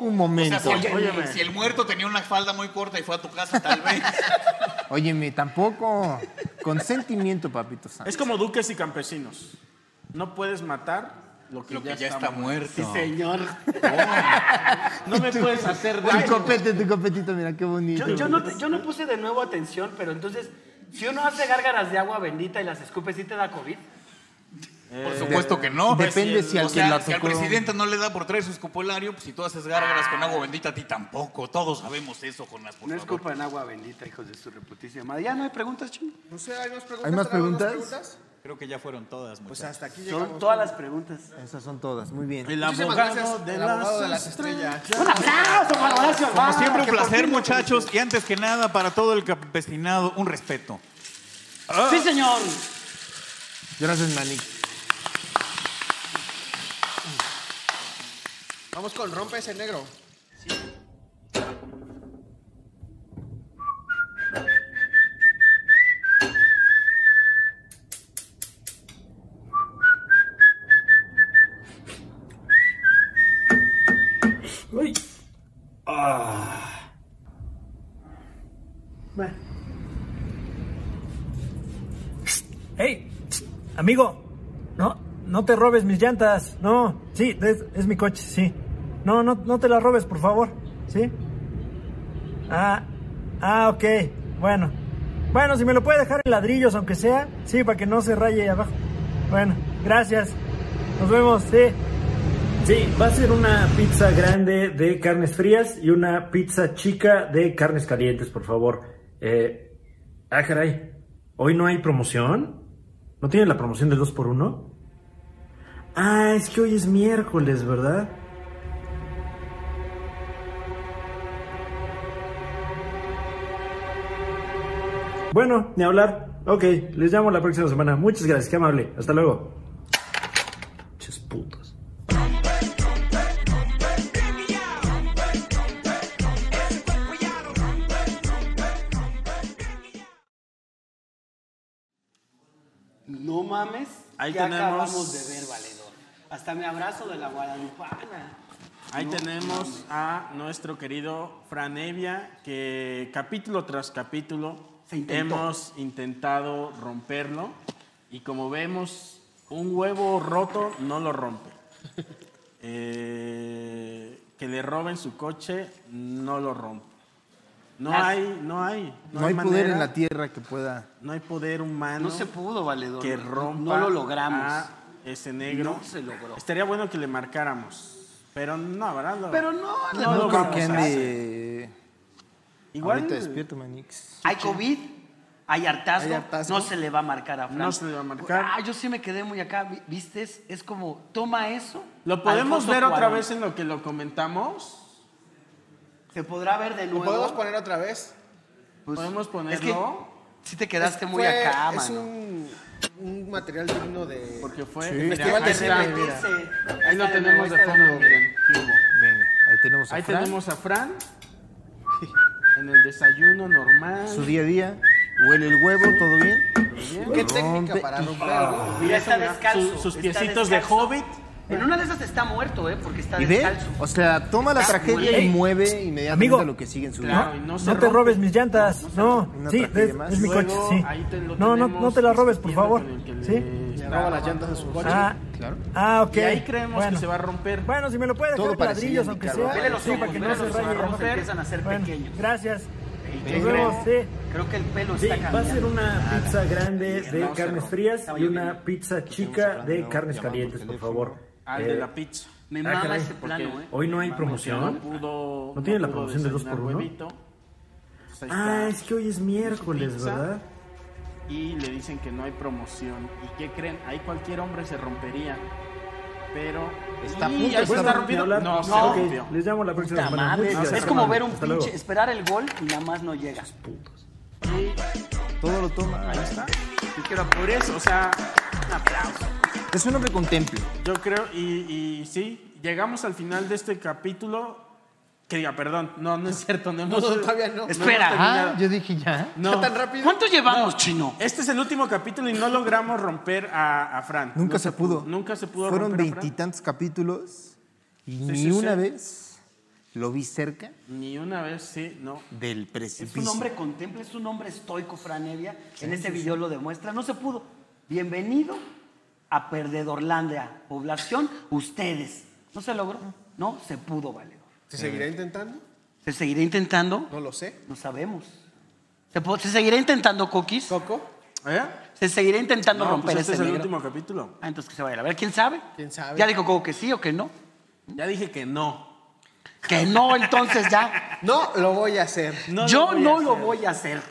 [SPEAKER 3] Un momento.
[SPEAKER 6] O sea, si, el,
[SPEAKER 1] Óyeme.
[SPEAKER 6] si el muerto tenía una falda muy corta y fue a tu casa, tal vez.
[SPEAKER 3] Óyeme, tampoco. Consentimiento, papito santo.
[SPEAKER 1] Es como duques y campesinos. No puedes matar lo que,
[SPEAKER 6] Lo que
[SPEAKER 1] ya,
[SPEAKER 6] ya, está,
[SPEAKER 1] está muerto.
[SPEAKER 6] muerto.
[SPEAKER 2] Sí, señor.
[SPEAKER 1] No me puedes hacer
[SPEAKER 3] Tu
[SPEAKER 1] daño.
[SPEAKER 3] copete, tu copetito, mira qué bonito.
[SPEAKER 2] Yo, yo no, yo no puse de nuevo atención, pero entonces, si uno hace gárgaras de agua bendita y las escupes, ¿sí te da COVID?
[SPEAKER 6] Por supuesto que no. Pues,
[SPEAKER 3] depende si al
[SPEAKER 6] o
[SPEAKER 3] que
[SPEAKER 6] sea,
[SPEAKER 3] la
[SPEAKER 6] si al
[SPEAKER 3] tocó.
[SPEAKER 6] presidente no le da por traer su escopulario, pues si tú haces gárgaras con agua bendita, a ti tampoco. Todos sabemos eso, Jonás, por
[SPEAKER 2] No
[SPEAKER 6] favor.
[SPEAKER 2] escupan agua bendita, hijos de su reputísima madre. Ya no hay preguntas, chino.
[SPEAKER 4] No sé, ¿hay más preguntas?
[SPEAKER 3] ¿Hay más
[SPEAKER 4] ¿Tenemos
[SPEAKER 3] preguntas?
[SPEAKER 6] Creo que ya fueron todas, muchachos.
[SPEAKER 4] Pues hasta aquí llegamos.
[SPEAKER 2] Son todas las preguntas.
[SPEAKER 3] Esas son todas, muy bien.
[SPEAKER 1] El
[SPEAKER 4] Muchísimas
[SPEAKER 1] abogado
[SPEAKER 4] gracias
[SPEAKER 1] de
[SPEAKER 4] al
[SPEAKER 1] las
[SPEAKER 4] abogado de las estrellas.
[SPEAKER 2] ¡Un aplauso para Horacio
[SPEAKER 6] Como
[SPEAKER 2] Alvaro,
[SPEAKER 6] siempre, un
[SPEAKER 2] que por
[SPEAKER 6] placer,
[SPEAKER 2] fin-
[SPEAKER 6] muchachos. Y antes que nada, para todo el campesinado, un respeto.
[SPEAKER 2] ¡Sí, señor!
[SPEAKER 3] Gracias, Manic.
[SPEAKER 4] Vamos con Rompe ese negro.
[SPEAKER 7] ¡Hey! Amigo, no, no te robes mis llantas. No, sí, es, es mi coche, sí. No, no, no te las robes, por favor. ¿Sí? Ah, ah, ok. Bueno. Bueno, si me lo puede dejar en ladrillos, aunque sea. Sí, para que no se raye ahí abajo. Bueno, gracias. Nos vemos, sí. Sí, va a ser una pizza grande de carnes frías y una pizza chica de carnes calientes, por favor. Eh, Ah, caray. ¿Hoy no hay promoción? ¿No tiene la promoción del 2x1? Ah, es que hoy es miércoles, ¿verdad? Bueno, ni hablar. Ok, les llamo la próxima semana. Muchas gracias, qué amable. Hasta luego. Muchas putas.
[SPEAKER 2] No mames,
[SPEAKER 1] Ahí
[SPEAKER 2] ¿qué
[SPEAKER 1] tenemos-
[SPEAKER 2] acabamos de ver, valedor. Hasta mi abrazo de la guadalupana.
[SPEAKER 1] Ahí tenemos a nuestro querido Fran Evia, que capítulo tras capítulo
[SPEAKER 2] Se intentó.
[SPEAKER 1] hemos intentado romperlo y como vemos, un huevo roto no lo rompe. Eh, que le roben su coche no lo rompe. No
[SPEAKER 2] Las-
[SPEAKER 1] hay, no hay.
[SPEAKER 3] No, hay poder
[SPEAKER 1] manera,
[SPEAKER 3] en la tierra que pueda.
[SPEAKER 1] No hay poder humano
[SPEAKER 2] No se pudo, valedor.
[SPEAKER 1] que
[SPEAKER 2] No-
[SPEAKER 1] rompa
[SPEAKER 2] No
[SPEAKER 1] Ah.
[SPEAKER 2] lo logramos.
[SPEAKER 1] a ese negro.
[SPEAKER 2] No se logró.
[SPEAKER 1] Estaría bueno que le marcáramos, pero no, ¿verdad? Lo-
[SPEAKER 2] Pero no,
[SPEAKER 1] no
[SPEAKER 2] le-
[SPEAKER 3] No,
[SPEAKER 1] lo
[SPEAKER 3] creo
[SPEAKER 1] vamos
[SPEAKER 3] que
[SPEAKER 1] a hacer.
[SPEAKER 3] ande.
[SPEAKER 1] Igual
[SPEAKER 3] Ahorita despierto, Manix.
[SPEAKER 2] Hay COVID, hay hartazgo,
[SPEAKER 4] Hay hartazgo.
[SPEAKER 2] no se le va a marcar a Fran.
[SPEAKER 1] No se le va a marcar.
[SPEAKER 2] Ah, yo sí me quedé muy acá, vi- ¿viste? Es, es como, toma eso.
[SPEAKER 1] lo podemos
[SPEAKER 2] Alfonso
[SPEAKER 1] ver otra
[SPEAKER 2] Cuarón.
[SPEAKER 1] vez en lo que lo comentamos.
[SPEAKER 2] Se podrá ver de
[SPEAKER 4] ¿Lo
[SPEAKER 2] nuevo.
[SPEAKER 4] podemos poner otra vez?
[SPEAKER 2] Pues,
[SPEAKER 1] podemos
[SPEAKER 2] Es que
[SPEAKER 1] ponerlo
[SPEAKER 2] sí te quedaste muy
[SPEAKER 4] Fue-
[SPEAKER 2] acá,
[SPEAKER 4] Es
[SPEAKER 2] mano.
[SPEAKER 4] un, un material digno de...
[SPEAKER 1] porque fue.
[SPEAKER 3] Sí.
[SPEAKER 1] mira,
[SPEAKER 4] Festival
[SPEAKER 1] ahí,
[SPEAKER 4] de
[SPEAKER 1] está.
[SPEAKER 4] cine, mira.
[SPEAKER 1] Ahí lo tenemos de fondo, miren. ¿qué hubo?
[SPEAKER 3] Venga, ahí tenemos a
[SPEAKER 1] Ahí
[SPEAKER 3] Fran,
[SPEAKER 1] tenemos a Fran en el desayuno normal.
[SPEAKER 3] Su día a día. Huele el huevo, todo bien.
[SPEAKER 4] ¿Qué técnica para romper? algo?
[SPEAKER 8] Mira, está
[SPEAKER 1] Mira,
[SPEAKER 8] descalzo.
[SPEAKER 1] sus- sus
[SPEAKER 8] está
[SPEAKER 1] piecitos de
[SPEAKER 8] descalzo.
[SPEAKER 1] hobbit.
[SPEAKER 8] En una de esas está muerto, ¿eh? Porque está
[SPEAKER 3] ¿Y ve?
[SPEAKER 8] descalzo.
[SPEAKER 3] O sea, toma la tragedia y
[SPEAKER 2] Ey.
[SPEAKER 3] mueve inmediatamente
[SPEAKER 2] Amigo.
[SPEAKER 3] a lo que sigue en su vida.
[SPEAKER 1] Claro, y
[SPEAKER 2] No,
[SPEAKER 1] no se
[SPEAKER 2] te
[SPEAKER 1] rompe.
[SPEAKER 2] robes mis llantas. No,
[SPEAKER 3] Una
[SPEAKER 2] sí,
[SPEAKER 3] tragedia
[SPEAKER 2] es,
[SPEAKER 3] más.
[SPEAKER 2] es mi
[SPEAKER 1] Luego,
[SPEAKER 2] coche, sí.
[SPEAKER 1] ahí te lo
[SPEAKER 2] No, no,
[SPEAKER 1] tenemos
[SPEAKER 2] no te la robes, por
[SPEAKER 1] izquierda
[SPEAKER 2] favor.
[SPEAKER 1] con el que le
[SPEAKER 2] Sí.
[SPEAKER 4] Le
[SPEAKER 1] graba
[SPEAKER 4] roba las llantas de su coche.
[SPEAKER 2] Ah,
[SPEAKER 3] Claro.
[SPEAKER 2] ah, ok.
[SPEAKER 1] Y ahí creemos
[SPEAKER 2] Bueno.
[SPEAKER 1] que se va a romper.
[SPEAKER 2] Bueno, si me lo puede dejar
[SPEAKER 3] Todo
[SPEAKER 2] en
[SPEAKER 3] parecía
[SPEAKER 2] ladrillos, aunque
[SPEAKER 3] indicarlo.
[SPEAKER 2] sea.
[SPEAKER 8] Vele los
[SPEAKER 2] sí,
[SPEAKER 8] ojos,
[SPEAKER 2] para que
[SPEAKER 8] vele
[SPEAKER 2] no se
[SPEAKER 8] los
[SPEAKER 2] raye.
[SPEAKER 8] ojos,
[SPEAKER 2] Vamos a ver.
[SPEAKER 8] empiezan a ser
[SPEAKER 2] Bueno,
[SPEAKER 8] pequeños.
[SPEAKER 2] Gracias.
[SPEAKER 7] pues
[SPEAKER 8] Creo-
[SPEAKER 2] Nos vemos, sí.
[SPEAKER 8] Creo que el pelo
[SPEAKER 7] Sí,
[SPEAKER 8] está
[SPEAKER 7] va a
[SPEAKER 8] cambiando.
[SPEAKER 7] ser una pizza grande de carnes frías y una pizza chica de carnes calientes, por favor.
[SPEAKER 1] Al
[SPEAKER 7] Eh,
[SPEAKER 1] de la pizza.
[SPEAKER 8] Me
[SPEAKER 7] Ah,
[SPEAKER 8] mama
[SPEAKER 7] caray,
[SPEAKER 8] ese
[SPEAKER 1] ¿por
[SPEAKER 8] plano,
[SPEAKER 1] qué?
[SPEAKER 8] ¿eh?
[SPEAKER 7] Hoy no hay
[SPEAKER 1] No
[SPEAKER 7] promoción.
[SPEAKER 1] pudo.
[SPEAKER 7] ¿No tiene la
[SPEAKER 1] pudo
[SPEAKER 7] promoción del dos
[SPEAKER 1] desayunar
[SPEAKER 7] por uno?
[SPEAKER 1] huevito. Pues ahí
[SPEAKER 7] Ah, es
[SPEAKER 1] está.
[SPEAKER 7] que hoy es miércoles,
[SPEAKER 1] Pizza.
[SPEAKER 7] ¿verdad?
[SPEAKER 1] Y le dicen que no hay promoción. ¿Y qué creen? Ahí cualquier hombre se rompería. Pero.
[SPEAKER 3] Está a
[SPEAKER 1] y
[SPEAKER 3] punto de
[SPEAKER 1] ahí se
[SPEAKER 3] ser
[SPEAKER 1] está
[SPEAKER 7] ¿Puedo
[SPEAKER 1] rompiendo.
[SPEAKER 7] hablar? Ah,
[SPEAKER 1] No, se
[SPEAKER 7] Ok,
[SPEAKER 1] rompió.
[SPEAKER 7] Les llamo la próxima
[SPEAKER 8] Puta
[SPEAKER 7] semana.
[SPEAKER 8] madre.
[SPEAKER 7] Muchas gracias,
[SPEAKER 8] Es como
[SPEAKER 7] hermano.
[SPEAKER 8] ver un
[SPEAKER 7] Hasta
[SPEAKER 8] pinche,
[SPEAKER 7] luego.
[SPEAKER 8] esperar el gol y nada más no llega.
[SPEAKER 3] Todo lo toma.
[SPEAKER 1] Ahí está. Y quiero por eso, o sea, un aplauso.
[SPEAKER 3] Es un hombre con temple.
[SPEAKER 1] Yo creo, y, y sí, llegamos al final de este capítulo. Que diga, perdón, no, no es cierto, no hemos.
[SPEAKER 4] No, todavía no.
[SPEAKER 8] Espera.
[SPEAKER 1] hemos terminado.
[SPEAKER 3] Ah, yo dije ya.
[SPEAKER 1] No.
[SPEAKER 4] ¿Tan rápido?
[SPEAKER 8] ¿Cuánto llevamos, chino?
[SPEAKER 1] Este es el último capítulo y no logramos romper a, a Fran.
[SPEAKER 3] Nunca
[SPEAKER 1] No
[SPEAKER 3] se pudo.
[SPEAKER 1] Nunca se pudo
[SPEAKER 3] Fueron
[SPEAKER 1] romper. a Fran.
[SPEAKER 3] veintitantos capítulos y ni
[SPEAKER 1] sí,
[SPEAKER 3] una
[SPEAKER 1] sí.
[SPEAKER 3] vez lo vi cerca
[SPEAKER 1] Ni una vez, sí, no.
[SPEAKER 3] del
[SPEAKER 8] Es
[SPEAKER 3] precipicio.
[SPEAKER 8] un hombre contemple, es un hombre estoico, Franevia. En este video lo demuestra. No se pudo. Bienvenido a Perdedorlandia. Población, ustedes. No se logró. No se pudo, valedor. Eh.
[SPEAKER 4] ¿Se seguirá intentando?
[SPEAKER 8] ¿Se seguirá intentando?
[SPEAKER 4] No lo sé.
[SPEAKER 8] No sabemos. ¿Se, po- se seguirá intentando, Coquis?
[SPEAKER 4] ¿Coco?
[SPEAKER 1] ¿Eh?
[SPEAKER 8] ¿Se seguirá intentando
[SPEAKER 1] No,
[SPEAKER 8] romper
[SPEAKER 1] pues este es
[SPEAKER 8] ese
[SPEAKER 1] el
[SPEAKER 8] negro?
[SPEAKER 1] último capítulo.
[SPEAKER 8] Ah, entonces que se vaya a la ver. ¿Quién sabe?
[SPEAKER 4] ¿Quién sabe?
[SPEAKER 8] Ya dijo Coco que sí o que no.
[SPEAKER 1] Ya dije que no.
[SPEAKER 8] Que no, entonces ya.
[SPEAKER 4] No, lo voy a hacer.
[SPEAKER 1] No
[SPEAKER 8] Yo
[SPEAKER 1] lo voy a
[SPEAKER 8] no lo
[SPEAKER 1] hacer.
[SPEAKER 8] voy a hacer.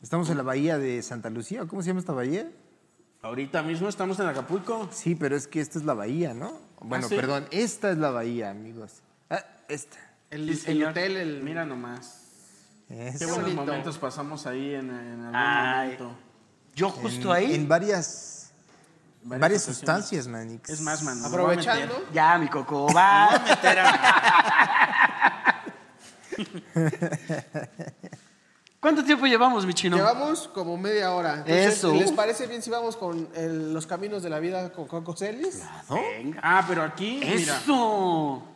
[SPEAKER 3] Estamos en la bahía de Santa Lucía. ¿o ¿Cómo se llama esta bahía?
[SPEAKER 1] Ahorita mismo estamos en Acapulco.
[SPEAKER 3] Sí, pero es que esta es la bahía, ¿no? Bueno,
[SPEAKER 1] Ah, sí.
[SPEAKER 3] perdón, esta es la bahía, amigos. Ah, esta.
[SPEAKER 4] El,
[SPEAKER 1] Sí,
[SPEAKER 4] el
[SPEAKER 1] señor.
[SPEAKER 4] hotel, el...
[SPEAKER 1] Mira nomás.
[SPEAKER 3] Es
[SPEAKER 1] Qué buenos
[SPEAKER 4] bonito.
[SPEAKER 1] momentos pasamos ahí en, en algún
[SPEAKER 8] Ay.
[SPEAKER 1] momento.
[SPEAKER 8] Yo justo
[SPEAKER 3] en-
[SPEAKER 8] ahí.
[SPEAKER 3] En varias, en varias,
[SPEAKER 1] varias
[SPEAKER 3] sustancias, Manix.
[SPEAKER 1] Es más, man. nos voy a meter.
[SPEAKER 4] Aprovechando.
[SPEAKER 8] Ya, mi Coco, va. ¿Cuánto tiempo llevamos, mi chino?
[SPEAKER 4] Llevamos como media hora. Entonces,
[SPEAKER 8] Eso.
[SPEAKER 4] ¿Les parece bien si vamos con el- los caminos de la vida con Coco Celis?
[SPEAKER 1] Ah, pero aquí, mira.
[SPEAKER 8] Eso.